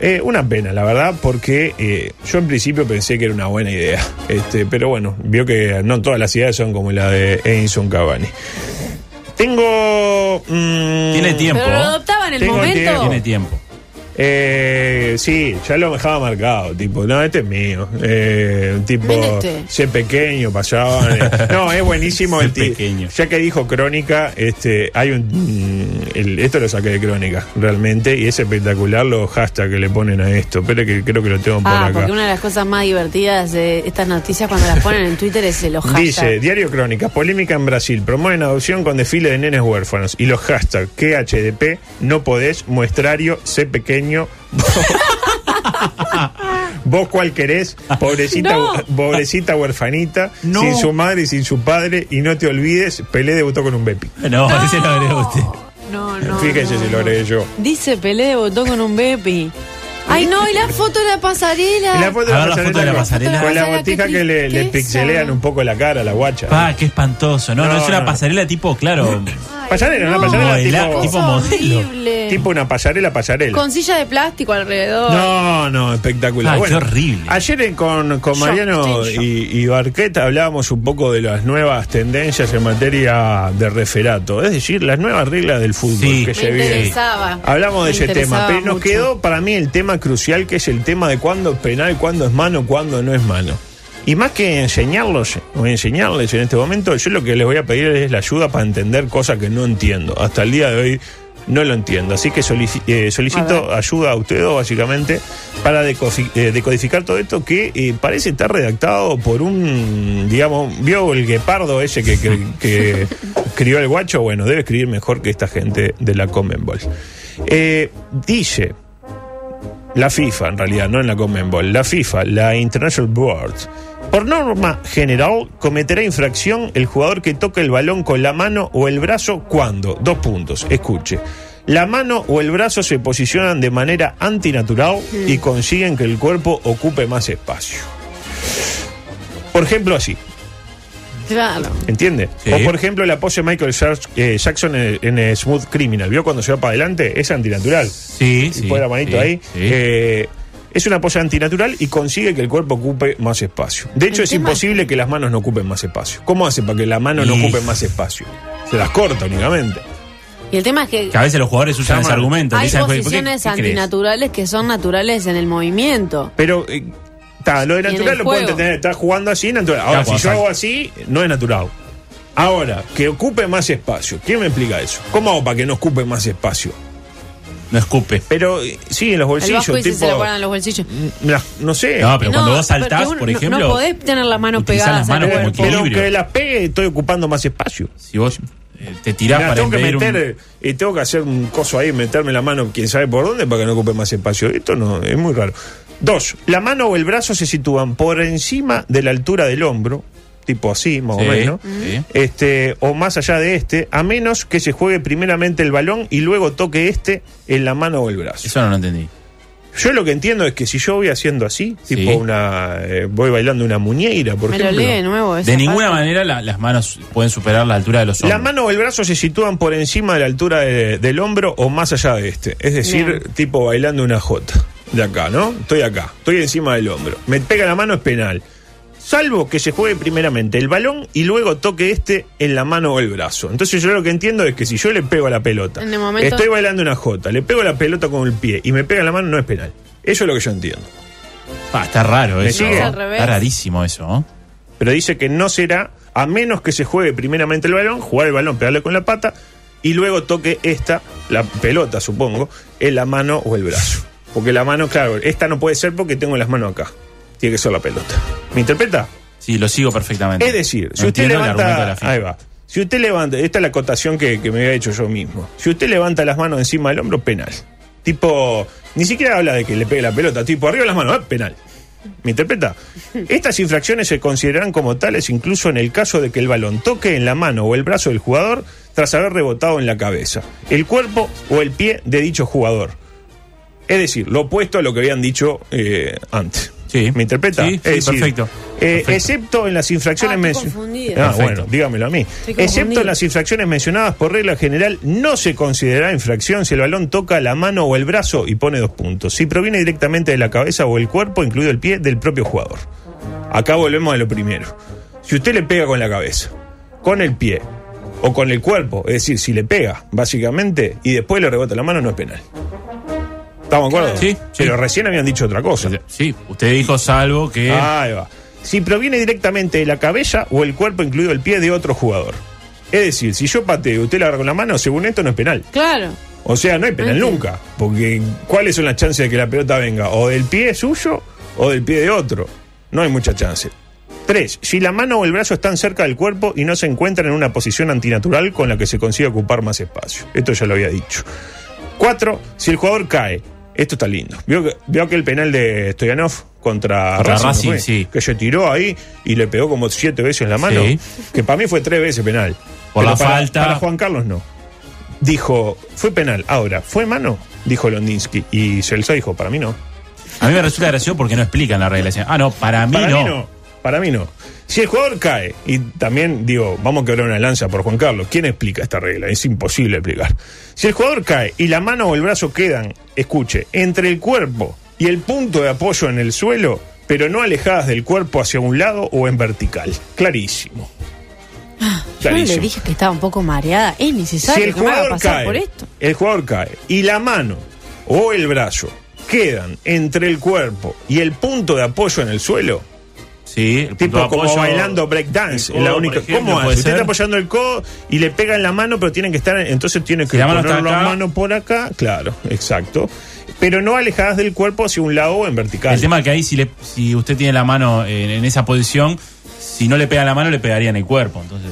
[SPEAKER 1] Eh, una pena, la verdad, porque eh, yo en principio pensé que era una buena idea. Este, pero bueno, vio que no todas las ideas son como la de Edinson Cavani. Tengo... mm,
[SPEAKER 3] Tiene tiempo.
[SPEAKER 2] Pero lo
[SPEAKER 3] ¿eh?
[SPEAKER 2] adoptaba en el
[SPEAKER 1] Tengo
[SPEAKER 2] momento.
[SPEAKER 1] tiempo.
[SPEAKER 3] Tiene tiempo.
[SPEAKER 1] Eh, sí, ya lo dejaba marcado, tipo, no, este es mío. Eh, tipo,
[SPEAKER 2] Ven este.
[SPEAKER 1] sé pequeño, pasaba. no, es buenísimo
[SPEAKER 3] Sé
[SPEAKER 1] el ti-
[SPEAKER 3] pequeño.
[SPEAKER 1] Ya que dijo Crónica, este, hay un. mm, el- esto lo saqué de Crónica, realmente, y es espectacular los hashtags que le ponen a esto. Pero que creo que lo tengo por
[SPEAKER 2] Ah,
[SPEAKER 1] acá.
[SPEAKER 2] porque una de las cosas más divertidas de estas noticias cuando las ponen en Twitter es el hashtags.
[SPEAKER 1] Dice, Diario Crónica, polémica en Brasil, promueven adopción con desfile de nenes huérfanos. Y los hashtags, QHDP, no podés, muestrario, sé pequeño. *laughs* Vos cuál querés, pobrecita,
[SPEAKER 2] No.
[SPEAKER 1] pobrecita huerfanita,
[SPEAKER 3] No.
[SPEAKER 1] sin su madre y sin su padre, y no te olvides, Pelé debutó con un Bepi.
[SPEAKER 3] No, *laughs* ese lo agregó usted.
[SPEAKER 2] No, no.
[SPEAKER 1] Fíjense
[SPEAKER 2] no,
[SPEAKER 1] si lo
[SPEAKER 2] no.
[SPEAKER 1] agregué yo.
[SPEAKER 2] Dice Pelé debutó con un Bepi. Ay, no,
[SPEAKER 1] *laughs*
[SPEAKER 2] y la foto de la pasarela.
[SPEAKER 1] Y la foto de
[SPEAKER 3] A
[SPEAKER 1] la
[SPEAKER 3] ver la
[SPEAKER 1] pasarela
[SPEAKER 3] foto de la
[SPEAKER 1] con-
[SPEAKER 3] pasarela.
[SPEAKER 1] Con la
[SPEAKER 2] Pasarela,
[SPEAKER 1] botija
[SPEAKER 2] qué
[SPEAKER 1] que le, le
[SPEAKER 2] tristeza.
[SPEAKER 1] pixelean un poco la cara a la guacha.
[SPEAKER 3] Pa, qué espantoso. No, no,
[SPEAKER 1] No,
[SPEAKER 3] es una
[SPEAKER 1] no.
[SPEAKER 3] pasarela tipo, claro.
[SPEAKER 2] Ay,
[SPEAKER 1] Pasarela, una
[SPEAKER 2] no,
[SPEAKER 1] pasarela
[SPEAKER 3] Modelá-
[SPEAKER 1] tipo,
[SPEAKER 3] tipo
[SPEAKER 2] cosa
[SPEAKER 3] modelo.
[SPEAKER 2] horrible.
[SPEAKER 1] tipo una pasarela, pasarela.
[SPEAKER 2] Con silla de plástico alrededor.
[SPEAKER 1] No, no, espectacular.
[SPEAKER 3] Ah, qué horrible.
[SPEAKER 1] Ayer eh, con, con
[SPEAKER 2] Shock,
[SPEAKER 1] Mariano
[SPEAKER 2] estoy en
[SPEAKER 1] y, y Barquet hablábamos un poco de las nuevas tendencias en materia de referato, es decir, las nuevas reglas del fútbol
[SPEAKER 3] Sí.
[SPEAKER 1] que
[SPEAKER 2] Me
[SPEAKER 1] se vienen.
[SPEAKER 2] interesaba.
[SPEAKER 1] Hablamos de
[SPEAKER 2] Me
[SPEAKER 1] ese tema,
[SPEAKER 2] interesaba
[SPEAKER 1] pero nos
[SPEAKER 2] mucho.
[SPEAKER 1] quedó para mí el tema crucial que es el tema de cuándo es penal, cuándo es mano, cuándo no es mano. Y más que enseñarlos o enseñarles en este momento, yo lo que les voy a pedir es la ayuda para entender cosas que no entiendo. Hasta el día de hoy no lo entiendo. Así que solici- eh, solicito ayuda a ustedes, básicamente, para decofi- eh, decodificar todo esto que eh, parece estar redactado por un, digamos, vio el guepardo ese que, que, que crió el guacho. Bueno, debe escribir mejor que esta gente de la Conmebol. Eh, dice la FIFA, en realidad, no en la Conmebol, la FIFA, la International Board. Por norma general, cometerá infracción el jugador que toque el balón con la mano o el brazo cuando. Dos puntos, escuche. La mano o el brazo se posicionan de manera antinatural y consiguen que el cuerpo ocupe más espacio. Por ejemplo, así.
[SPEAKER 2] Claro.
[SPEAKER 1] ¿Entiende?
[SPEAKER 3] Sí.
[SPEAKER 1] O por ejemplo la pose Michael Jack- eh, Jackson en, en Smooth Criminal. ¿Vio cuando se va para adelante? Es antinatural.
[SPEAKER 3] Sí,
[SPEAKER 1] Y
[SPEAKER 3] sí.
[SPEAKER 1] pone la manito
[SPEAKER 3] sí,
[SPEAKER 1] ahí.
[SPEAKER 3] sí.
[SPEAKER 1] Eh, Es una pose antinatural y consigue que el cuerpo ocupe más espacio. De hecho,
[SPEAKER 2] El
[SPEAKER 1] es
[SPEAKER 2] tema-
[SPEAKER 1] imposible que las manos no ocupen más espacio. ¿Cómo hace para que la mano no
[SPEAKER 3] Y-
[SPEAKER 1] ocupe más espacio? Se las corta únicamente.
[SPEAKER 2] Y el tema es que
[SPEAKER 3] Que a veces los jugadores usan
[SPEAKER 1] Llaman.
[SPEAKER 3] ese argumento.
[SPEAKER 2] hay
[SPEAKER 3] Dicen, "¿Por qué-
[SPEAKER 2] posiciones
[SPEAKER 3] qué crees?".
[SPEAKER 2] antinaturales que son naturales en el movimiento.
[SPEAKER 1] Pero eh, ta, lo de
[SPEAKER 2] Y en
[SPEAKER 1] natural
[SPEAKER 2] el
[SPEAKER 1] lo pueden
[SPEAKER 2] juego.
[SPEAKER 1] tener, está jugando así, natural. Ahora,
[SPEAKER 3] Claro,
[SPEAKER 1] si yo
[SPEAKER 3] exacto.
[SPEAKER 1] hago así, no es natural. Ahora, que ocupe más espacio. ¿Quién me explica eso? ¿Cómo hago para que no ocupe más espacio?
[SPEAKER 3] No escupe.
[SPEAKER 1] Pero eh, sí, en los
[SPEAKER 2] El
[SPEAKER 1] bolsillos,
[SPEAKER 2] vasco dice
[SPEAKER 1] tipo.
[SPEAKER 2] se lo guardan en los bolsillos.
[SPEAKER 1] mm, las- no sé.
[SPEAKER 3] No, pero cuando
[SPEAKER 2] No,
[SPEAKER 3] vos saltás,
[SPEAKER 2] porque uno-
[SPEAKER 3] por
[SPEAKER 2] no-
[SPEAKER 3] ejemplo.
[SPEAKER 2] No, podés tener las manos
[SPEAKER 3] utilizás
[SPEAKER 2] pegadas
[SPEAKER 3] las
[SPEAKER 2] al
[SPEAKER 3] manos como
[SPEAKER 1] pero,
[SPEAKER 2] cuerpo.
[SPEAKER 1] pero
[SPEAKER 3] equilibrio.
[SPEAKER 1] aunque las pegue, estoy ocupando más espacio.
[SPEAKER 3] Si vos eh, te tirás
[SPEAKER 1] Mirá,
[SPEAKER 3] para
[SPEAKER 1] tengo que
[SPEAKER 3] impedir un-
[SPEAKER 1] meter, eh, tengo que hacer un coso ahí, meterme la mano, quién sabe por dónde, para que no ocupe más espacio. Esto no, es muy raro. Dos, la mano o el brazo se sitúan por encima de la altura del hombro, tipo así, más
[SPEAKER 3] Sí,
[SPEAKER 1] o menos,
[SPEAKER 3] sí.
[SPEAKER 1] este, o más allá de este, a menos que se juegue primeramente el balón y luego toque este en la mano o el brazo.
[SPEAKER 3] Eso no lo entendí.
[SPEAKER 1] Yo lo que entiendo es que si yo voy haciendo así,
[SPEAKER 3] Sí.
[SPEAKER 1] tipo una, eh, voy bailando una muñeira, por
[SPEAKER 2] Me lo
[SPEAKER 1] ejemplo.
[SPEAKER 2] lee de nuevo. esa
[SPEAKER 3] De ninguna
[SPEAKER 2] parte.
[SPEAKER 3] manera la- las manos pueden superar la altura de los hombros.
[SPEAKER 1] La mano o el brazo se sitúan por encima de la altura de- del hombro o más allá de este. Es decir,
[SPEAKER 2] Bien.
[SPEAKER 1] tipo bailando una jota. De acá, ¿no? Estoy acá, estoy encima del hombro. Me pega la mano, es penal. Salvo que se juegue primeramente el balón y luego toque este en la mano o el brazo. Entonces yo lo que entiendo es que si yo le pego a la pelota,
[SPEAKER 2] En el momento-
[SPEAKER 1] estoy bailando una jota, le pego la pelota con el pie y me pega en la mano, no es penal. Eso es lo que yo entiendo.
[SPEAKER 3] Ah, está raro
[SPEAKER 1] ¿Me
[SPEAKER 3] eso.
[SPEAKER 1] sigue?
[SPEAKER 3] ¿no?
[SPEAKER 1] Es al
[SPEAKER 2] revés.
[SPEAKER 3] Está rarísimo eso. ¿eh? ¿no?
[SPEAKER 1] pero dice que no será a menos que se juegue primeramente el balón, jugar el balón, pegarle con la pata y luego toque esta, la pelota supongo, en la mano o el brazo. Porque la mano, claro, esta no puede ser porque tengo las manos acá. Tiene que ser la pelota. ¿Me interpreta?
[SPEAKER 3] Sí, lo sigo perfectamente.
[SPEAKER 1] Es decir, si
[SPEAKER 3] No
[SPEAKER 1] usted
[SPEAKER 3] entiendo el argumento de
[SPEAKER 1] levanta.
[SPEAKER 3] la ficha.
[SPEAKER 1] Ahí va. Si usted levanta. Esta es la acotación que, que me había hecho yo mismo. Si usted levanta las manos encima del hombro, penal. Tipo. Ni siquiera habla de que le pegue la pelota. Tipo, arriba las manos, ah, penal. ¿Me
[SPEAKER 3] *laughs*
[SPEAKER 1] interpreta? Estas infracciones se considerarán como tales incluso en el caso de que el balón toque en la mano o el brazo del jugador tras haber rebotado en la cabeza, el cuerpo o el pie de dicho jugador. Es decir, lo opuesto a lo que habían dicho eh, antes.
[SPEAKER 3] Sí.
[SPEAKER 1] ¿Me interpreta?
[SPEAKER 3] Sí, sí,
[SPEAKER 1] Es decir,
[SPEAKER 3] perfecto.
[SPEAKER 1] eh,
[SPEAKER 3] Perfecto.
[SPEAKER 1] Excepto en las infracciones
[SPEAKER 2] Ah, estoy
[SPEAKER 1] mencio-
[SPEAKER 2] confundida.
[SPEAKER 1] Ah,
[SPEAKER 3] Perfecto.
[SPEAKER 1] bueno, dígamelo a mí.
[SPEAKER 2] confundida.
[SPEAKER 1] Excepto en las infracciones mencionadas por regla general, no se considerará infracción si el balón toca la mano o el brazo y pone dos puntos. Si proviene directamente de la cabeza o el cuerpo, incluido el pie, del propio jugador. Acá volvemos a lo primero. Si usted le pega con la cabeza, con el pie o con el cuerpo, es decir, si le pega, básicamente, y después le rebota la mano, no es penal. ¿Estamos de acuerdo?
[SPEAKER 3] Sí, sí.
[SPEAKER 1] Pero recién habían dicho otra cosa.
[SPEAKER 3] Sí, usted dijo salvo que.
[SPEAKER 1] Ahí va. Si proviene directamente de la cabeza o el cuerpo, incluido el pie, de otro jugador. Es decir, si yo pateo y usted la agarra con la mano, según esto no es penal.
[SPEAKER 2] Claro.
[SPEAKER 1] O sea, no hay penal
[SPEAKER 2] Entiendo.
[SPEAKER 1] nunca. Porque ¿cuáles son las chances de que la pelota venga? ¿O del pie suyo o del pie de otro? No hay mucha chance. 3. Si la mano o el brazo están cerca del cuerpo y no se encuentran en una posición antinatural con la que se consigue ocupar más espacio. Esto ya lo había dicho. 4. Si el jugador cae. Esto está lindo. Vio que, vio que el penal de Stoyanov contra,
[SPEAKER 3] Contra
[SPEAKER 1] Racing, ¿no
[SPEAKER 3] Racing,
[SPEAKER 1] fue?
[SPEAKER 3] sí.
[SPEAKER 1] que se tiró ahí y le pegó como siete veces en la mano,
[SPEAKER 3] Sí.
[SPEAKER 1] que para mí fue tres veces penal.
[SPEAKER 3] Por
[SPEAKER 1] Pero
[SPEAKER 3] la
[SPEAKER 1] para-
[SPEAKER 3] falta.
[SPEAKER 1] Para Juan Carlos no dijo, fue penal. Ahora, ¿fue mano? Dijo Londinsky. Y Celso dijo, para mí no.
[SPEAKER 3] A mí me resulta gracioso porque no explican la regla. Dicen, Ah, no, para mí,
[SPEAKER 1] Para
[SPEAKER 3] no.
[SPEAKER 1] mí no. Para mí no. Si el jugador cae, y también digo, vamos a quebrar una lanza por Juan Carlos, ¿quién explica esta regla? Es imposible explicar. Si el jugador cae y la mano o el brazo quedan, escuche, entre el cuerpo y el punto de apoyo en el suelo, pero no alejadas del cuerpo hacia un lado o en vertical. Clarísimo.
[SPEAKER 2] Ah, Yo no le dije que estaba un poco mareada. Es necesario
[SPEAKER 1] si el
[SPEAKER 2] que me haga
[SPEAKER 1] jugador
[SPEAKER 2] pasar
[SPEAKER 1] cae,
[SPEAKER 2] por esto.
[SPEAKER 1] el jugador cae y la mano o el brazo quedan entre el cuerpo y el punto de apoyo en el suelo,
[SPEAKER 3] Sí, el punto
[SPEAKER 1] tipo
[SPEAKER 3] de
[SPEAKER 1] como
[SPEAKER 3] apoyo-
[SPEAKER 1] bailando breakdance,
[SPEAKER 3] el codo,
[SPEAKER 1] la única
[SPEAKER 3] por ejemplo,
[SPEAKER 1] ¿cómo hace?
[SPEAKER 3] puede
[SPEAKER 1] Usted está
[SPEAKER 3] ser.
[SPEAKER 1] apoyando el codo y le pega en la mano, pero tienen que estar entonces tiene que
[SPEAKER 3] la mano
[SPEAKER 1] poner
[SPEAKER 3] está
[SPEAKER 1] la
[SPEAKER 3] acá.
[SPEAKER 1] mano por acá, claro, exacto. Pero no alejadas del cuerpo hacia un lado o en vertical.
[SPEAKER 3] El tema que ahí, si, le- si usted tiene la mano eh, en, en esa posición, si no le pega la mano, le pegaría en el cuerpo. Entonces,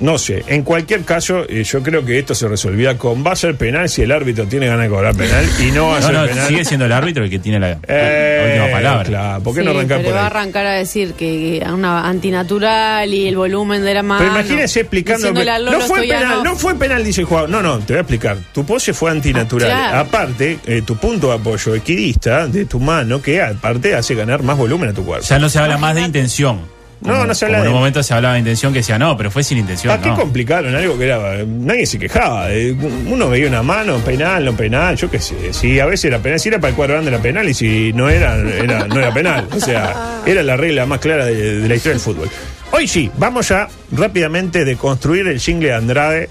[SPEAKER 1] No sé, en cualquier caso, eh, yo creo que esto se resolvía con va a ser penal si el árbitro tiene ganas de cobrar penal y no va a
[SPEAKER 3] no,
[SPEAKER 1] ser
[SPEAKER 3] no,
[SPEAKER 1] Ah, penal.
[SPEAKER 3] sigue siendo el árbitro el que tiene la, la
[SPEAKER 1] Eh,
[SPEAKER 3] última palabra.
[SPEAKER 1] claro, ¿por qué
[SPEAKER 2] Sí,
[SPEAKER 1] no arrancar
[SPEAKER 2] pero
[SPEAKER 1] por
[SPEAKER 2] va a
[SPEAKER 1] ahí?
[SPEAKER 2] arrancar a decir que que a una antinatural y el volumen de la mano.
[SPEAKER 1] Pero imagínense explicando.
[SPEAKER 2] Diciéndole a Lolo
[SPEAKER 1] no fue
[SPEAKER 2] Stoyanov,
[SPEAKER 1] penal, no fue penal, dice el jugador. No, no, te voy a explicar. Tu pose fue antinatural.
[SPEAKER 2] Ah, claro.
[SPEAKER 1] Aparte, eh, tu punto de apoyo equidista de tu mano, que aparte hace ganar más volumen a tu cuerpo.
[SPEAKER 3] Ya no se habla más de intención.
[SPEAKER 1] No, no se
[SPEAKER 3] Como
[SPEAKER 1] habla
[SPEAKER 3] en
[SPEAKER 1] de.
[SPEAKER 3] un momento se hablaba de intención que decía, no, pero fue sin intención.
[SPEAKER 1] ¿Para Ah, qué
[SPEAKER 3] no.
[SPEAKER 1] complicaron algo que era.? eh, Nadie se quejaba. eh, Uno veía una mano, penal, no penal, yo qué sé. Si a veces era penal, si era para el cuadro grande era penal y si no era, era- no era penal. O sea, era la regla más clara de, de la historia del fútbol. Hoy sí, vamos a rápidamente deconstruir el jingle de Andrade.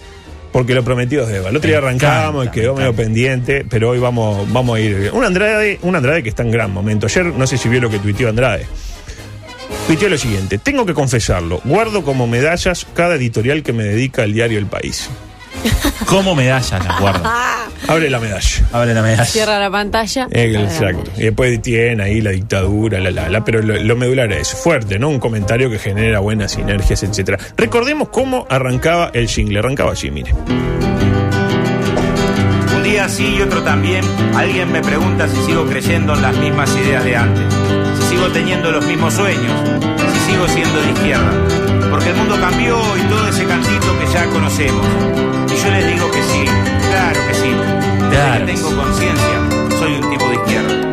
[SPEAKER 1] Porque lo prometido es deba. El otro día
[SPEAKER 3] Me
[SPEAKER 1] arrancábamos y
[SPEAKER 3] encanta,
[SPEAKER 1] quedó
[SPEAKER 3] me
[SPEAKER 1] medio
[SPEAKER 3] encanta.
[SPEAKER 1] pendiente, pero hoy vamos, vamos a ir. Un Andrade, un Andrade que está en gran momento. Ayer no sé si vio lo que tuiteó Andrade. Tuiteó lo siguiente, tengo que confesarlo, guardo como medallas cada editorial que me dedica el diario El País.
[SPEAKER 3] Como medallas las guardo.
[SPEAKER 1] Abre la medalla.
[SPEAKER 3] Abre la medalla.
[SPEAKER 2] Ah, Cierra la pantalla.
[SPEAKER 1] Exacto. Y después tiene ahí la dictadura, la, la, la, pero lo, lo medular es fuerte, ¿no? Un comentario que genera buenas sinergias, etcétera. Recordemos cómo arrancaba el jingle. Arrancaba así, mire.
[SPEAKER 4] Un día sí y otro también, alguien me pregunta si sigo creyendo en las mismas ideas de antes, si sigo teniendo los mismos sueños, si sigo siendo de izquierda. Porque el mundo cambió y todo ese cantito que ya conocemos. Y yo les digo que sí, claro que sí. Desde
[SPEAKER 3] Claro.
[SPEAKER 4] que tengo conciencia, soy un tipo de izquierda.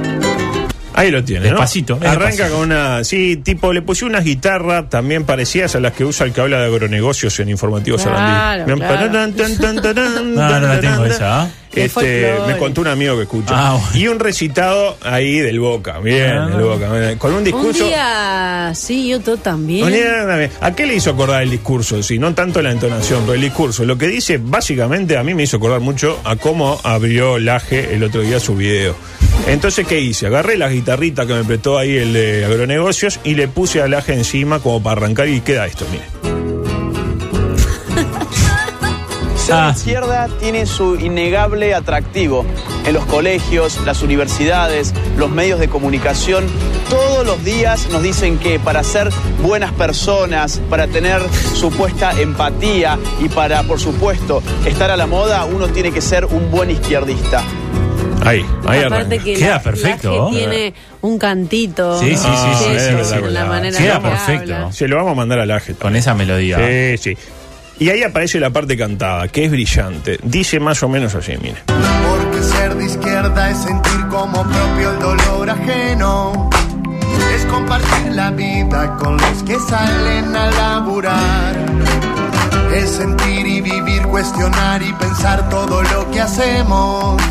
[SPEAKER 1] Ahí lo tiene. ¿no?
[SPEAKER 3] Despacito, es
[SPEAKER 1] Arranca
[SPEAKER 3] despacito.
[SPEAKER 1] con una. Sí, tipo, le puse unas guitarras también parecidas a las que usa el que habla de agronegocios en Informativo
[SPEAKER 2] Claro,
[SPEAKER 1] Sarandí.
[SPEAKER 2] claro.
[SPEAKER 3] No, no la tengo esa, ¿ah?
[SPEAKER 2] De
[SPEAKER 1] Este,
[SPEAKER 2] folclore.
[SPEAKER 1] me contó un amigo que escucha.
[SPEAKER 3] Ah, bueno.
[SPEAKER 1] Y un recitado ahí del Boca. Bien,
[SPEAKER 3] Ah.
[SPEAKER 1] del Boca. bien. Con un
[SPEAKER 2] Un
[SPEAKER 1] discurso.
[SPEAKER 2] día sí y otro también.
[SPEAKER 1] Un día, una vez. ¿A qué le hizo acordar el discurso? Sí, no tanto la entonación, pero el discurso. Lo que dice, básicamente, a mí me hizo acordar mucho a cómo abrió Laje el otro día su video. Entonces, ¿qué hice? Agarré la guitarrita que me prestó ahí el de agronegocios y le puse a Laje encima como para arrancar y queda esto, mire.
[SPEAKER 5] Ser de
[SPEAKER 3] Ah.
[SPEAKER 5] izquierda tiene su innegable atractivo. En los colegios, las universidades, los medios de comunicación, todos los días nos dicen que para ser buenas personas, para tener supuesta empatía y para, por supuesto, estar a la moda, uno tiene que ser un buen izquierdista.
[SPEAKER 1] Ahí, ahí
[SPEAKER 2] Aparte
[SPEAKER 1] arranca.
[SPEAKER 2] que
[SPEAKER 3] Queda
[SPEAKER 2] la-
[SPEAKER 3] perfecto,
[SPEAKER 2] la que
[SPEAKER 3] ¿eh?
[SPEAKER 2] tiene un cantito.
[SPEAKER 3] Sí, sí, sí, sí,
[SPEAKER 1] es
[SPEAKER 2] eso,
[SPEAKER 1] verdad,
[SPEAKER 2] la
[SPEAKER 1] verdad.
[SPEAKER 2] manera
[SPEAKER 3] Queda
[SPEAKER 2] en que
[SPEAKER 3] perfecto.
[SPEAKER 2] habla.
[SPEAKER 1] Se lo vamos a mandar a Laje.
[SPEAKER 3] Con esa melodía.
[SPEAKER 1] Sí, sí. Y ahí aparece la parte cantada, que es brillante. Dice más o menos así, mire.
[SPEAKER 6] Porque ser de izquierda es sentir como propio el dolor ajeno. Es compartir la vida con los que salen a laburar. Es sentir y vivir, cuestionar y pensar todo lo que hacemos.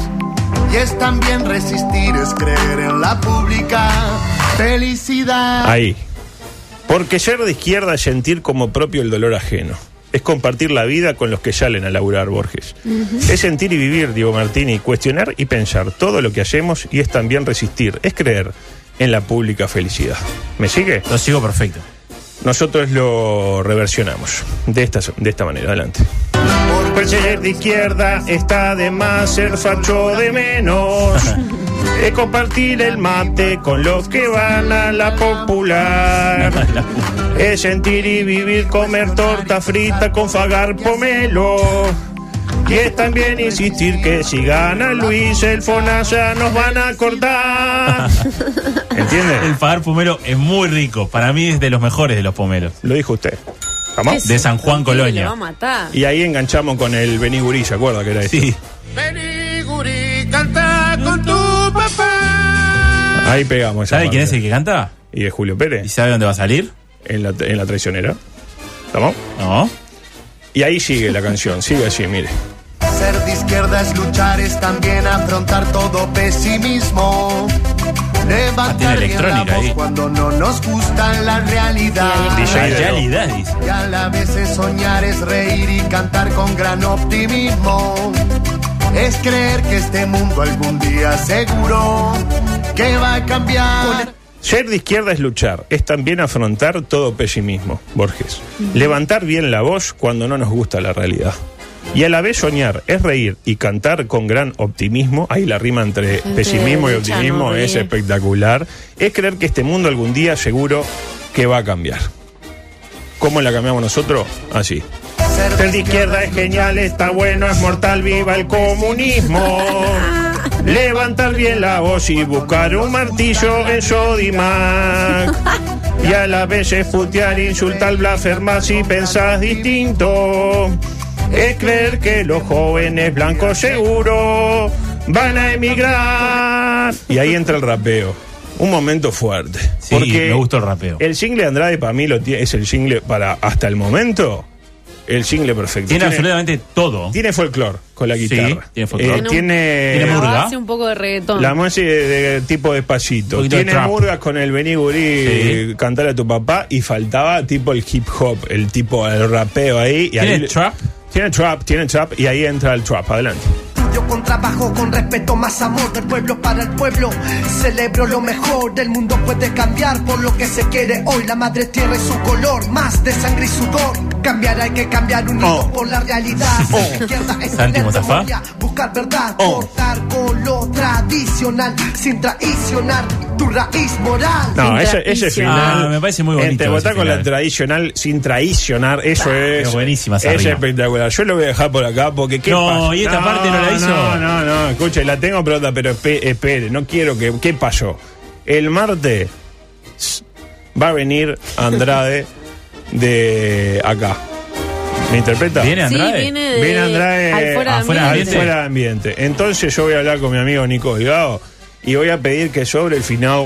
[SPEAKER 6] Y es también resistir, es creer en la pública felicidad.
[SPEAKER 1] Ahí. Porque ser de izquierda es sentir como propio el dolor ajeno. Es compartir la vida con los que salen a laburar, Borges. Es sentir y vivir, Diego Martini, cuestionar y pensar todo lo que hacemos y es también resistir, es creer en la pública felicidad. ¿Me sigue?
[SPEAKER 3] Lo sigo perfecto.
[SPEAKER 1] Nosotros lo reversionamos de esta, de esta manera. Adelante. Por ser de izquierda está de más ser facho de menos.
[SPEAKER 3] *laughs*
[SPEAKER 1] Es compartir el mate con los que van a la
[SPEAKER 3] *laughs*
[SPEAKER 1] popular. Es sentir y vivir, comer torta frita con fagar pomelo. Y es también insistir que si gana Luis el Fonasa nos van a
[SPEAKER 3] *laughs*
[SPEAKER 1] cortar.
[SPEAKER 3] El
[SPEAKER 1] ¿Entiende?
[SPEAKER 3] pagar pomelo es muy rico. Para mí es de los mejores de los pomelos.
[SPEAKER 1] Lo dijo usted.
[SPEAKER 2] ¿Qué
[SPEAKER 1] Jamás.
[SPEAKER 2] es
[SPEAKER 3] De
[SPEAKER 2] esto?
[SPEAKER 3] San Juan,
[SPEAKER 2] Sí,
[SPEAKER 3] Colonia.
[SPEAKER 2] Lo va a matar.
[SPEAKER 1] Y ahí enganchamos con el Benigurí, ¿se acuerda que era eso?
[SPEAKER 3] Sí.
[SPEAKER 6] Vení, gurí, canta con tu papá.
[SPEAKER 1] Ahí pegamos. esa
[SPEAKER 3] ¿Sabe quién es
[SPEAKER 1] parte.
[SPEAKER 3] el que canta?
[SPEAKER 1] Y es Julio
[SPEAKER 3] ¿Y
[SPEAKER 1] Pérez,
[SPEAKER 3] sabe dónde va a salir?
[SPEAKER 1] en la, en la traicionera. ¿Estamos?
[SPEAKER 3] No.
[SPEAKER 1] Y ahí sigue la canción, sigue así, mire.
[SPEAKER 6] Ser de izquierda es luchar, es también afrontar todo pesimismo.
[SPEAKER 3] Ah, tiene
[SPEAKER 6] Levantar bien
[SPEAKER 3] electrónica
[SPEAKER 6] la voz
[SPEAKER 3] ahí.
[SPEAKER 6] cuando no nos gusta la realidad.
[SPEAKER 2] Sí,
[SPEAKER 1] DJ de-
[SPEAKER 3] Realidad, dice.
[SPEAKER 6] Y a la vez es soñar, es reír y cantar con gran optimismo. Es creer que este mundo algún día seguro que va a cambiar.
[SPEAKER 1] Ser de izquierda es luchar, es también afrontar todo pesimismo, Borges. Levantar bien la voz cuando no nos gusta la realidad. Y a la vez soñar, es reír y cantar con gran optimismo. Ahí la rima entre pesimismo y
[SPEAKER 2] lucha,
[SPEAKER 1] optimismo
[SPEAKER 2] no
[SPEAKER 1] es
[SPEAKER 2] ríe.
[SPEAKER 1] espectacular. Es creer que este mundo algún día seguro que va a cambiar. ¿Cómo la cambiamos nosotros? Así. Ser de izquierda es genial, está bueno, es mortal, viva el comunismo. Levantar bien la voz y buscar un martillo en Sodimac. Y a la vez es futear, insultar, blasfemar si pensás distinto. Es creer que los jóvenes blancos seguro van a emigrar. Y ahí entra el rapeo. un momento fuerte.
[SPEAKER 3] Sí, me gustó el rapeo.
[SPEAKER 1] El single de Andrade para mí lo tie- es el single para hasta el momento, el single perfecto.
[SPEAKER 3] Tiene absolutamente todo.
[SPEAKER 1] tiene folclore con la
[SPEAKER 3] Sí,
[SPEAKER 1] guitarra.
[SPEAKER 3] tiene folclore.
[SPEAKER 1] Eh, tiene
[SPEAKER 3] Tiene murga.
[SPEAKER 2] Hace un poco de reggaetón.
[SPEAKER 1] la música de, de tipo despacito.
[SPEAKER 3] Un poquito de
[SPEAKER 1] Tiene
[SPEAKER 3] trap.
[SPEAKER 1] murgas con el Beniguri,
[SPEAKER 3] Sí.
[SPEAKER 1] cantar a tu papá y faltaba tipo el hip hop, el tipo el rapeo ahí. Y
[SPEAKER 3] ¿Tiene
[SPEAKER 1] ahí-
[SPEAKER 3] trap?
[SPEAKER 1] Tiene trap, tiene trap y ahí entra el trap. Adelante.
[SPEAKER 6] Yo con trabajo, con respeto, más amor del pueblo para el pueblo. Celebro lo mejor del mundo, puede cambiar por lo que se quiere hoy. La madre tierra es su color, más de sangre y sudor. Cambiar hay que cambiar unidos
[SPEAKER 1] Oh.
[SPEAKER 6] por la realidad.
[SPEAKER 3] Oh.
[SPEAKER 6] La izquierda es
[SPEAKER 3] Santi
[SPEAKER 6] tener
[SPEAKER 3] Mustafá.
[SPEAKER 6] memoria, Buscar verdad,
[SPEAKER 1] Oh.
[SPEAKER 6] cortar con lo tradicional, sin traicionar tu raíz moral.
[SPEAKER 1] No,
[SPEAKER 2] Sin
[SPEAKER 1] ese, ese
[SPEAKER 2] tradición.
[SPEAKER 1] final.
[SPEAKER 3] Ah, me parece muy bonito
[SPEAKER 1] Entre
[SPEAKER 3] ese
[SPEAKER 1] votar con la
[SPEAKER 3] final. Ah,
[SPEAKER 1] tradicional sin traicionar, eso es.
[SPEAKER 3] buenísima esa
[SPEAKER 1] Es
[SPEAKER 3] rima.
[SPEAKER 1] espectacular. Yo lo voy a dejar por acá porque. ¿qué
[SPEAKER 3] No,
[SPEAKER 1] pasó?
[SPEAKER 3] ¿y esta parte no la hizo?
[SPEAKER 1] No, no, no. Escuche, la tengo pronta, pero espe- espere, no quiero que. ¿Qué pasó? El martes s- va a venir Andrade de acá. ¿Me interpreta?
[SPEAKER 3] ¿Viene Andrade?
[SPEAKER 2] Sí, viene de.
[SPEAKER 1] Viene Andrae
[SPEAKER 2] al fuera de
[SPEAKER 3] afuera de
[SPEAKER 2] ambiente.
[SPEAKER 3] ambiente.
[SPEAKER 1] fuera de ambiente. Entonces yo voy a hablar con mi amigo Nico Delgado y voy a pedir que sobre el final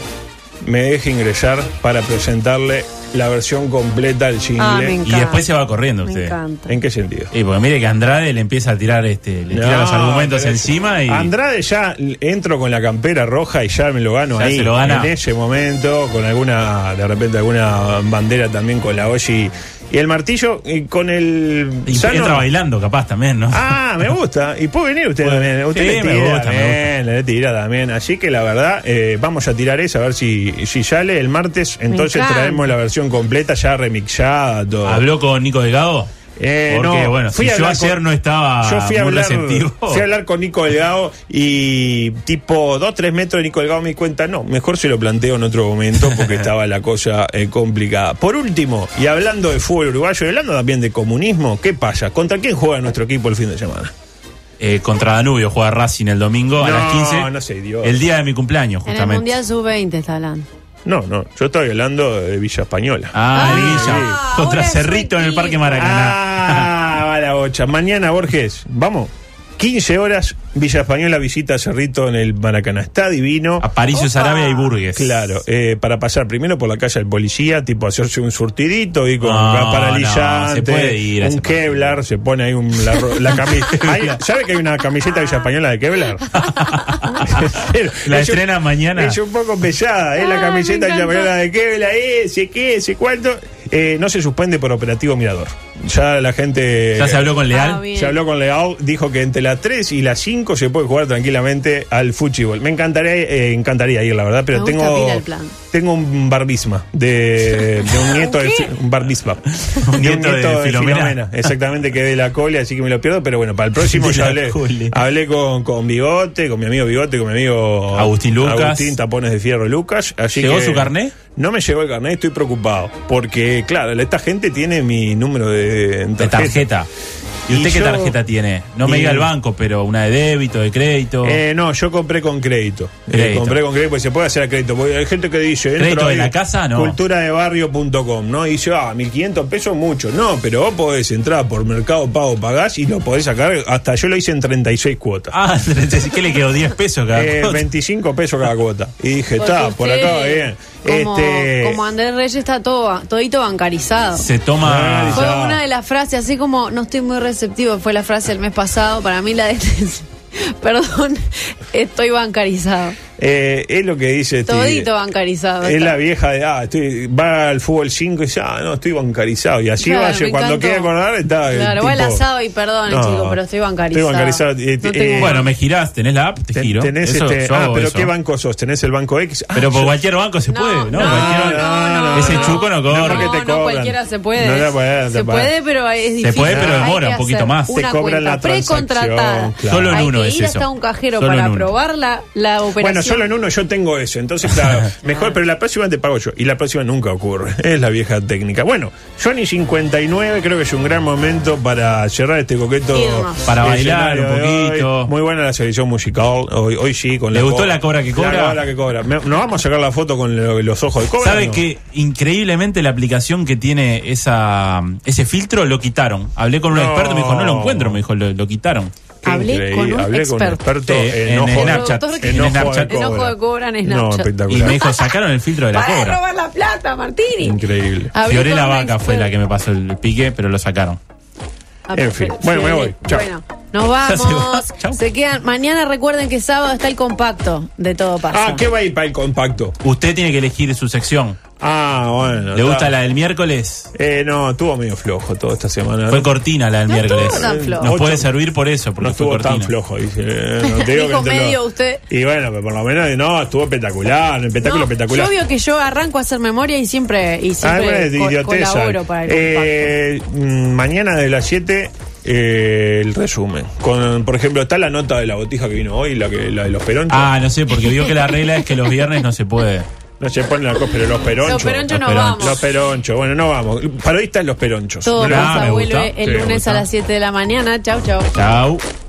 [SPEAKER 1] me deje ingresar para presentarle la versión completa del single.
[SPEAKER 2] Ah, me encanta.
[SPEAKER 3] Y después se va corriendo
[SPEAKER 2] Me
[SPEAKER 3] usted.
[SPEAKER 2] encanta.
[SPEAKER 1] ¿En qué sentido?
[SPEAKER 3] Y porque mire que Andrade le empieza a tirar este, le tira los
[SPEAKER 1] No,
[SPEAKER 3] argumentos
[SPEAKER 1] pero
[SPEAKER 3] encima y
[SPEAKER 1] Andrade ya l- entro con la campera roja y ya me lo gano
[SPEAKER 3] Ya
[SPEAKER 1] ahí.
[SPEAKER 3] se lo gana.
[SPEAKER 1] En ese momento, con alguna, de repente alguna bandera también con la olla y, y el martillo y con el.
[SPEAKER 3] y
[SPEAKER 1] sano-
[SPEAKER 3] entra bailando capaz también, ¿no?
[SPEAKER 1] Ah, me gusta. Y puede venir usted
[SPEAKER 3] Puede-
[SPEAKER 1] también. Usted
[SPEAKER 3] Sí,
[SPEAKER 1] le tira
[SPEAKER 3] me gusta, me
[SPEAKER 1] también, le tira también. Así que la verdad, eh, vamos a tirar esa, a ver si, si sale el martes. Entonces
[SPEAKER 2] encanta.
[SPEAKER 1] traemos la versión completa, ya remixada, todo.
[SPEAKER 3] *laughs* ¿Habló con Nico Delgado?
[SPEAKER 1] Eh,
[SPEAKER 3] Porque
[SPEAKER 1] no,
[SPEAKER 3] bueno,
[SPEAKER 1] fui
[SPEAKER 3] si
[SPEAKER 1] a
[SPEAKER 3] yo
[SPEAKER 1] hablar
[SPEAKER 3] ayer
[SPEAKER 1] con-
[SPEAKER 3] no estaba
[SPEAKER 1] Yo fui a,
[SPEAKER 3] muy
[SPEAKER 1] hablar,
[SPEAKER 3] receptivo.
[SPEAKER 1] *laughs* fui a hablar con Nico Delgado y tipo dos, tres metros de Nico Delgado me di cuenta, no, mejor se lo planteo en otro momento
[SPEAKER 3] *laughs*
[SPEAKER 1] porque estaba la cosa eh, complicada. Por último, y hablando de fútbol uruguayo y hablando también de comunismo, ¿qué pasa? ¿Contra quién juega nuestro equipo el fin de semana?
[SPEAKER 3] Eh, contra Danubio juega Racing el domingo a
[SPEAKER 1] No,
[SPEAKER 3] las 15.
[SPEAKER 1] no sé, Dios.
[SPEAKER 3] El día de mi cumpleaños,
[SPEAKER 2] En el
[SPEAKER 3] justamente.
[SPEAKER 2] Mundial Sub-20 está hablando.
[SPEAKER 1] No, no, yo estoy hablando de Villa Española.
[SPEAKER 3] Ah,
[SPEAKER 2] Ah,
[SPEAKER 3] de Villa.
[SPEAKER 2] sí.
[SPEAKER 3] Contra
[SPEAKER 2] ahora es
[SPEAKER 3] Cerrito en el
[SPEAKER 2] equipo.
[SPEAKER 3] Parque Maracaná.
[SPEAKER 1] Ah, va la bocha. Mañana, Borges, vamos. 15 horas, Villa Española visita a Cerrito en el Maracaná. Está divino.
[SPEAKER 3] Aparicio Sarabia y Burgues.
[SPEAKER 1] Claro, eh, para pasar primero por la calle del policía, tipo hacerse un surtidito y con
[SPEAKER 3] No,
[SPEAKER 1] gas paralizante,
[SPEAKER 3] no, se puede ir a
[SPEAKER 1] un
[SPEAKER 3] ese partido.
[SPEAKER 1] Kevlar, se pone ahí un, la, ro- la
[SPEAKER 3] *laughs*
[SPEAKER 1] camiseta. Hay- ¿Sabe que hay una camiseta Villa Española de Kevlar?
[SPEAKER 3] La
[SPEAKER 1] Es un-
[SPEAKER 3] estrena mañana.
[SPEAKER 1] Es un poco pesada, ¿eh? La
[SPEAKER 2] Ah,
[SPEAKER 1] camiseta
[SPEAKER 2] me
[SPEAKER 1] Villa
[SPEAKER 2] encanta.
[SPEAKER 1] Española de Kevlar, ese, qué, ese, cuánto. Eh, no se suspende por operativo Mirador. Ya la gente.
[SPEAKER 3] Ya se habló con
[SPEAKER 2] Ah,
[SPEAKER 3] Leal.
[SPEAKER 2] bien.
[SPEAKER 1] Se habló con Leao, dijo que entre las 3 y las 5 se puede jugar tranquilamente al fútbol. Me encantaría, eh, encantaría ir, la verdad, pero
[SPEAKER 2] Me gusta
[SPEAKER 1] tengo
[SPEAKER 2] pila el plan.
[SPEAKER 1] tengo un barbisma de, de
[SPEAKER 2] *laughs*
[SPEAKER 1] un nieto de
[SPEAKER 2] ¿Qué?
[SPEAKER 1] un barbisma.
[SPEAKER 3] *laughs* Un nieto de Filomena. *laughs*
[SPEAKER 1] Exactamente, que de la cole, así que me lo pierdo, pero bueno, para el próximo
[SPEAKER 3] De
[SPEAKER 1] ya
[SPEAKER 3] la
[SPEAKER 1] hablé,
[SPEAKER 3] cole.
[SPEAKER 1] hablé con, con Bigote, con mi amigo Bigote, con mi amigo
[SPEAKER 3] Agustín Lucas.
[SPEAKER 1] Agustín Tapones de Fierro Lucas. Así
[SPEAKER 3] ¿Llegó
[SPEAKER 1] que-
[SPEAKER 3] su carnet?
[SPEAKER 1] No me llegó el carnet, estoy preocupado. Porque, claro, esta gente tiene mi número de
[SPEAKER 3] De tarjeta. ¿Y usted
[SPEAKER 1] Y
[SPEAKER 3] qué
[SPEAKER 1] yo-
[SPEAKER 3] tarjeta tiene? No me
[SPEAKER 1] y-
[SPEAKER 3] diga el banco, pero una de débito, de crédito.
[SPEAKER 1] Eh, no, yo compré con crédito. Eh,
[SPEAKER 3] Oh. Crédito.
[SPEAKER 1] compré con crédito, porque se puede hacer a crédito. Porque hay gente que dice. entro
[SPEAKER 3] ¿Crédito de
[SPEAKER 1] ahí,
[SPEAKER 3] la casa? No.
[SPEAKER 1] Culturadebarrio.com, ¿no? Y dice, ah, 1500 pesos mucho. No, pero vos podés entrar por Mercado Pago, pagás y lo podés sacar. Hasta yo lo hice en 36 cuotas.
[SPEAKER 3] Ah, *laughs* ¿qué le quedó? ¿10 pesos cada *laughs*
[SPEAKER 1] Eh,
[SPEAKER 3] cosa?
[SPEAKER 1] 25 pesos cada cuota. Y dije,
[SPEAKER 2] Porque
[SPEAKER 1] está, por acá va
[SPEAKER 2] usted,
[SPEAKER 1] bien. Este,
[SPEAKER 2] Como, como Andrés Reyes está todo, todito bancarizado.
[SPEAKER 3] Se toma.
[SPEAKER 1] Ah,
[SPEAKER 2] Fue
[SPEAKER 1] Ya.
[SPEAKER 2] una de las frases, así como no estoy muy receptivo, fue la frase del mes pasado, para mí la de... *laughs* Perdón, estoy bancarizado.
[SPEAKER 1] Eh, es lo que dice este-
[SPEAKER 2] Todito bancarizado.
[SPEAKER 1] Es
[SPEAKER 2] está.
[SPEAKER 1] la vieja de, ah, estoy- va al fútbol 5 y dice, ah, no, estoy bancarizado. Y así
[SPEAKER 2] Claro,
[SPEAKER 1] va, yo
[SPEAKER 2] me
[SPEAKER 1] cuando
[SPEAKER 2] encantó.
[SPEAKER 1] quiere acordar está. el
[SPEAKER 2] Claro, voy al
[SPEAKER 1] tipo-
[SPEAKER 2] asado y perdón,
[SPEAKER 1] No,
[SPEAKER 2] chico, pero estoy bancarizado.
[SPEAKER 1] estoy bancarizado, eh,
[SPEAKER 2] No
[SPEAKER 1] eh,
[SPEAKER 2] tengo-
[SPEAKER 3] Bueno, me girás, tenés la app, te
[SPEAKER 1] Ten-
[SPEAKER 3] giro.
[SPEAKER 1] Tenés
[SPEAKER 3] Eso,
[SPEAKER 1] este-
[SPEAKER 3] yo
[SPEAKER 1] ah,
[SPEAKER 3] hago
[SPEAKER 1] pero
[SPEAKER 3] eso.
[SPEAKER 1] ¿qué banco sos? ¿Tenés el banco X? Ah,
[SPEAKER 3] Pero por
[SPEAKER 1] yo-
[SPEAKER 3] cualquier banco se puede, ¿no?
[SPEAKER 2] no,
[SPEAKER 3] Cualquiera-
[SPEAKER 2] no, no,
[SPEAKER 3] Ese
[SPEAKER 2] no.
[SPEAKER 3] chuco no cobra.
[SPEAKER 1] porque
[SPEAKER 2] No,
[SPEAKER 1] te
[SPEAKER 2] no,
[SPEAKER 1] cobran.
[SPEAKER 2] cualquiera se puede.
[SPEAKER 1] No te puede,
[SPEAKER 2] se
[SPEAKER 1] te
[SPEAKER 2] puede, pero es difícil.
[SPEAKER 3] puede, pero
[SPEAKER 2] Hay
[SPEAKER 3] demora
[SPEAKER 2] que
[SPEAKER 3] un poquito
[SPEAKER 2] hacer
[SPEAKER 3] más.
[SPEAKER 2] Una
[SPEAKER 1] Te cobran
[SPEAKER 2] cuenta
[SPEAKER 1] la transacción,
[SPEAKER 2] precontratada.
[SPEAKER 1] claro.
[SPEAKER 3] Solo en
[SPEAKER 2] Hay
[SPEAKER 3] uno
[SPEAKER 2] que
[SPEAKER 3] es
[SPEAKER 2] ir
[SPEAKER 3] eso.
[SPEAKER 2] hasta un cajero
[SPEAKER 3] Solo en
[SPEAKER 2] para
[SPEAKER 3] uno.
[SPEAKER 2] probar la, la operación.
[SPEAKER 1] Bueno, solo en uno yo tengo eso, entonces
[SPEAKER 2] *laughs*
[SPEAKER 1] claro, mejor, pero la próxima te pago yo. Y la próxima nunca ocurre, *laughs* es la vieja técnica. Bueno, Johnny 59 creo que es un gran momento para cerrar este coqueto.
[SPEAKER 2] Irnos.
[SPEAKER 3] Para bailar un
[SPEAKER 1] escenario de
[SPEAKER 3] poquito.
[SPEAKER 1] hoy. Muy buena la selección musical, hoy, hoy sí. con
[SPEAKER 3] ¿Le
[SPEAKER 1] la
[SPEAKER 3] gustó
[SPEAKER 1] co-
[SPEAKER 3] la cobra que cobra?
[SPEAKER 1] La cobra que cobra. Me- ¿Nos vamos a sacar la foto con lo- los ojos de cobra?
[SPEAKER 3] ¿Sabe
[SPEAKER 1] no?
[SPEAKER 3] que increíblemente la aplicación que tiene esa, ese filtro lo quitaron? Hablé con un
[SPEAKER 1] No.
[SPEAKER 3] experto, me dijo, no lo encuentro, me dijo, lo, lo quitaron.
[SPEAKER 1] Qué
[SPEAKER 2] Hablé
[SPEAKER 1] increíble.
[SPEAKER 2] con un
[SPEAKER 1] Hablé con un
[SPEAKER 2] experto.
[SPEAKER 1] experto
[SPEAKER 3] Sí,
[SPEAKER 1] en,
[SPEAKER 3] en
[SPEAKER 1] ojo,
[SPEAKER 3] Snapchat.
[SPEAKER 1] En
[SPEAKER 3] En Snapchat.
[SPEAKER 1] eh,
[SPEAKER 2] Enojo de cobra en
[SPEAKER 1] No,
[SPEAKER 2] Snapchat.
[SPEAKER 1] espectacular.
[SPEAKER 3] Y me dijo, sacaron el filtro de la
[SPEAKER 2] ¡Para de
[SPEAKER 3] cobra.
[SPEAKER 2] robar la plata, Martini!
[SPEAKER 1] Increíble.
[SPEAKER 2] Hablé
[SPEAKER 3] Fiorella
[SPEAKER 2] con una
[SPEAKER 3] Vaca fue la que me pasó el pique, pero lo sacaron.
[SPEAKER 2] Ah,
[SPEAKER 1] En fin.
[SPEAKER 2] pero-
[SPEAKER 1] Bueno, me
[SPEAKER 2] sí,
[SPEAKER 1] voy. Chao.
[SPEAKER 2] Bueno, nos
[SPEAKER 3] Ya se
[SPEAKER 2] vamos.
[SPEAKER 3] va.
[SPEAKER 2] Se,
[SPEAKER 3] Chao.
[SPEAKER 2] quedan. Mañana recuerden que sábado está el compacto de todo pasa.
[SPEAKER 1] Ah, ¿qué va a ir para el compacto?
[SPEAKER 3] Usted tiene que elegir su sección.
[SPEAKER 1] Ah, bueno.
[SPEAKER 3] ¿Le
[SPEAKER 1] está.
[SPEAKER 3] gusta la del miércoles?
[SPEAKER 1] Eh, no, estuvo medio flojo toda esta semana.
[SPEAKER 3] Fue cortina la del
[SPEAKER 2] No estuvo
[SPEAKER 3] miércoles.
[SPEAKER 2] tan flojo.
[SPEAKER 3] Nos puede
[SPEAKER 1] Ocho-
[SPEAKER 3] servir por eso, porque
[SPEAKER 1] no
[SPEAKER 3] fue
[SPEAKER 1] estuvo
[SPEAKER 3] cortina.
[SPEAKER 1] tan flojo, dice. eh, no, te digo
[SPEAKER 2] Dijo
[SPEAKER 1] que te lo-
[SPEAKER 2] medio usted.
[SPEAKER 1] Y bueno, pero por lo menos no, estuvo espectacular, un espectáculo
[SPEAKER 2] No,
[SPEAKER 1] espectacular.
[SPEAKER 2] Yo veo que yo arranco a hacer memoria y siempre, y
[SPEAKER 1] Ah, bueno,
[SPEAKER 2] siempre
[SPEAKER 1] de
[SPEAKER 2] co-
[SPEAKER 1] idioteza.
[SPEAKER 2] colaboro para el
[SPEAKER 1] Eh, mm, mañana de las 7 eh, el resumen. Con, por ejemplo, está la nota de la botija que vino hoy, la, que, la de los peronchos.
[SPEAKER 3] Ah, no sé, porque vio que la regla es que los viernes no se puede.
[SPEAKER 1] No se ponen la cosa, pero los
[SPEAKER 2] compacto.
[SPEAKER 1] peronchos.
[SPEAKER 2] Los peronchos
[SPEAKER 3] los
[SPEAKER 2] no vamos.
[SPEAKER 3] peronchos.
[SPEAKER 1] Los peronchos. Bueno, no vamos. Parodistas los peronchos.
[SPEAKER 2] todo
[SPEAKER 1] No le
[SPEAKER 3] Ah,
[SPEAKER 2] pasa
[SPEAKER 3] me
[SPEAKER 2] vuelve
[SPEAKER 3] gusta.
[SPEAKER 2] el
[SPEAKER 1] Sí, me
[SPEAKER 2] lunes
[SPEAKER 1] gusta.
[SPEAKER 2] a las 7 de la mañana. Chau, chau.
[SPEAKER 3] Chao.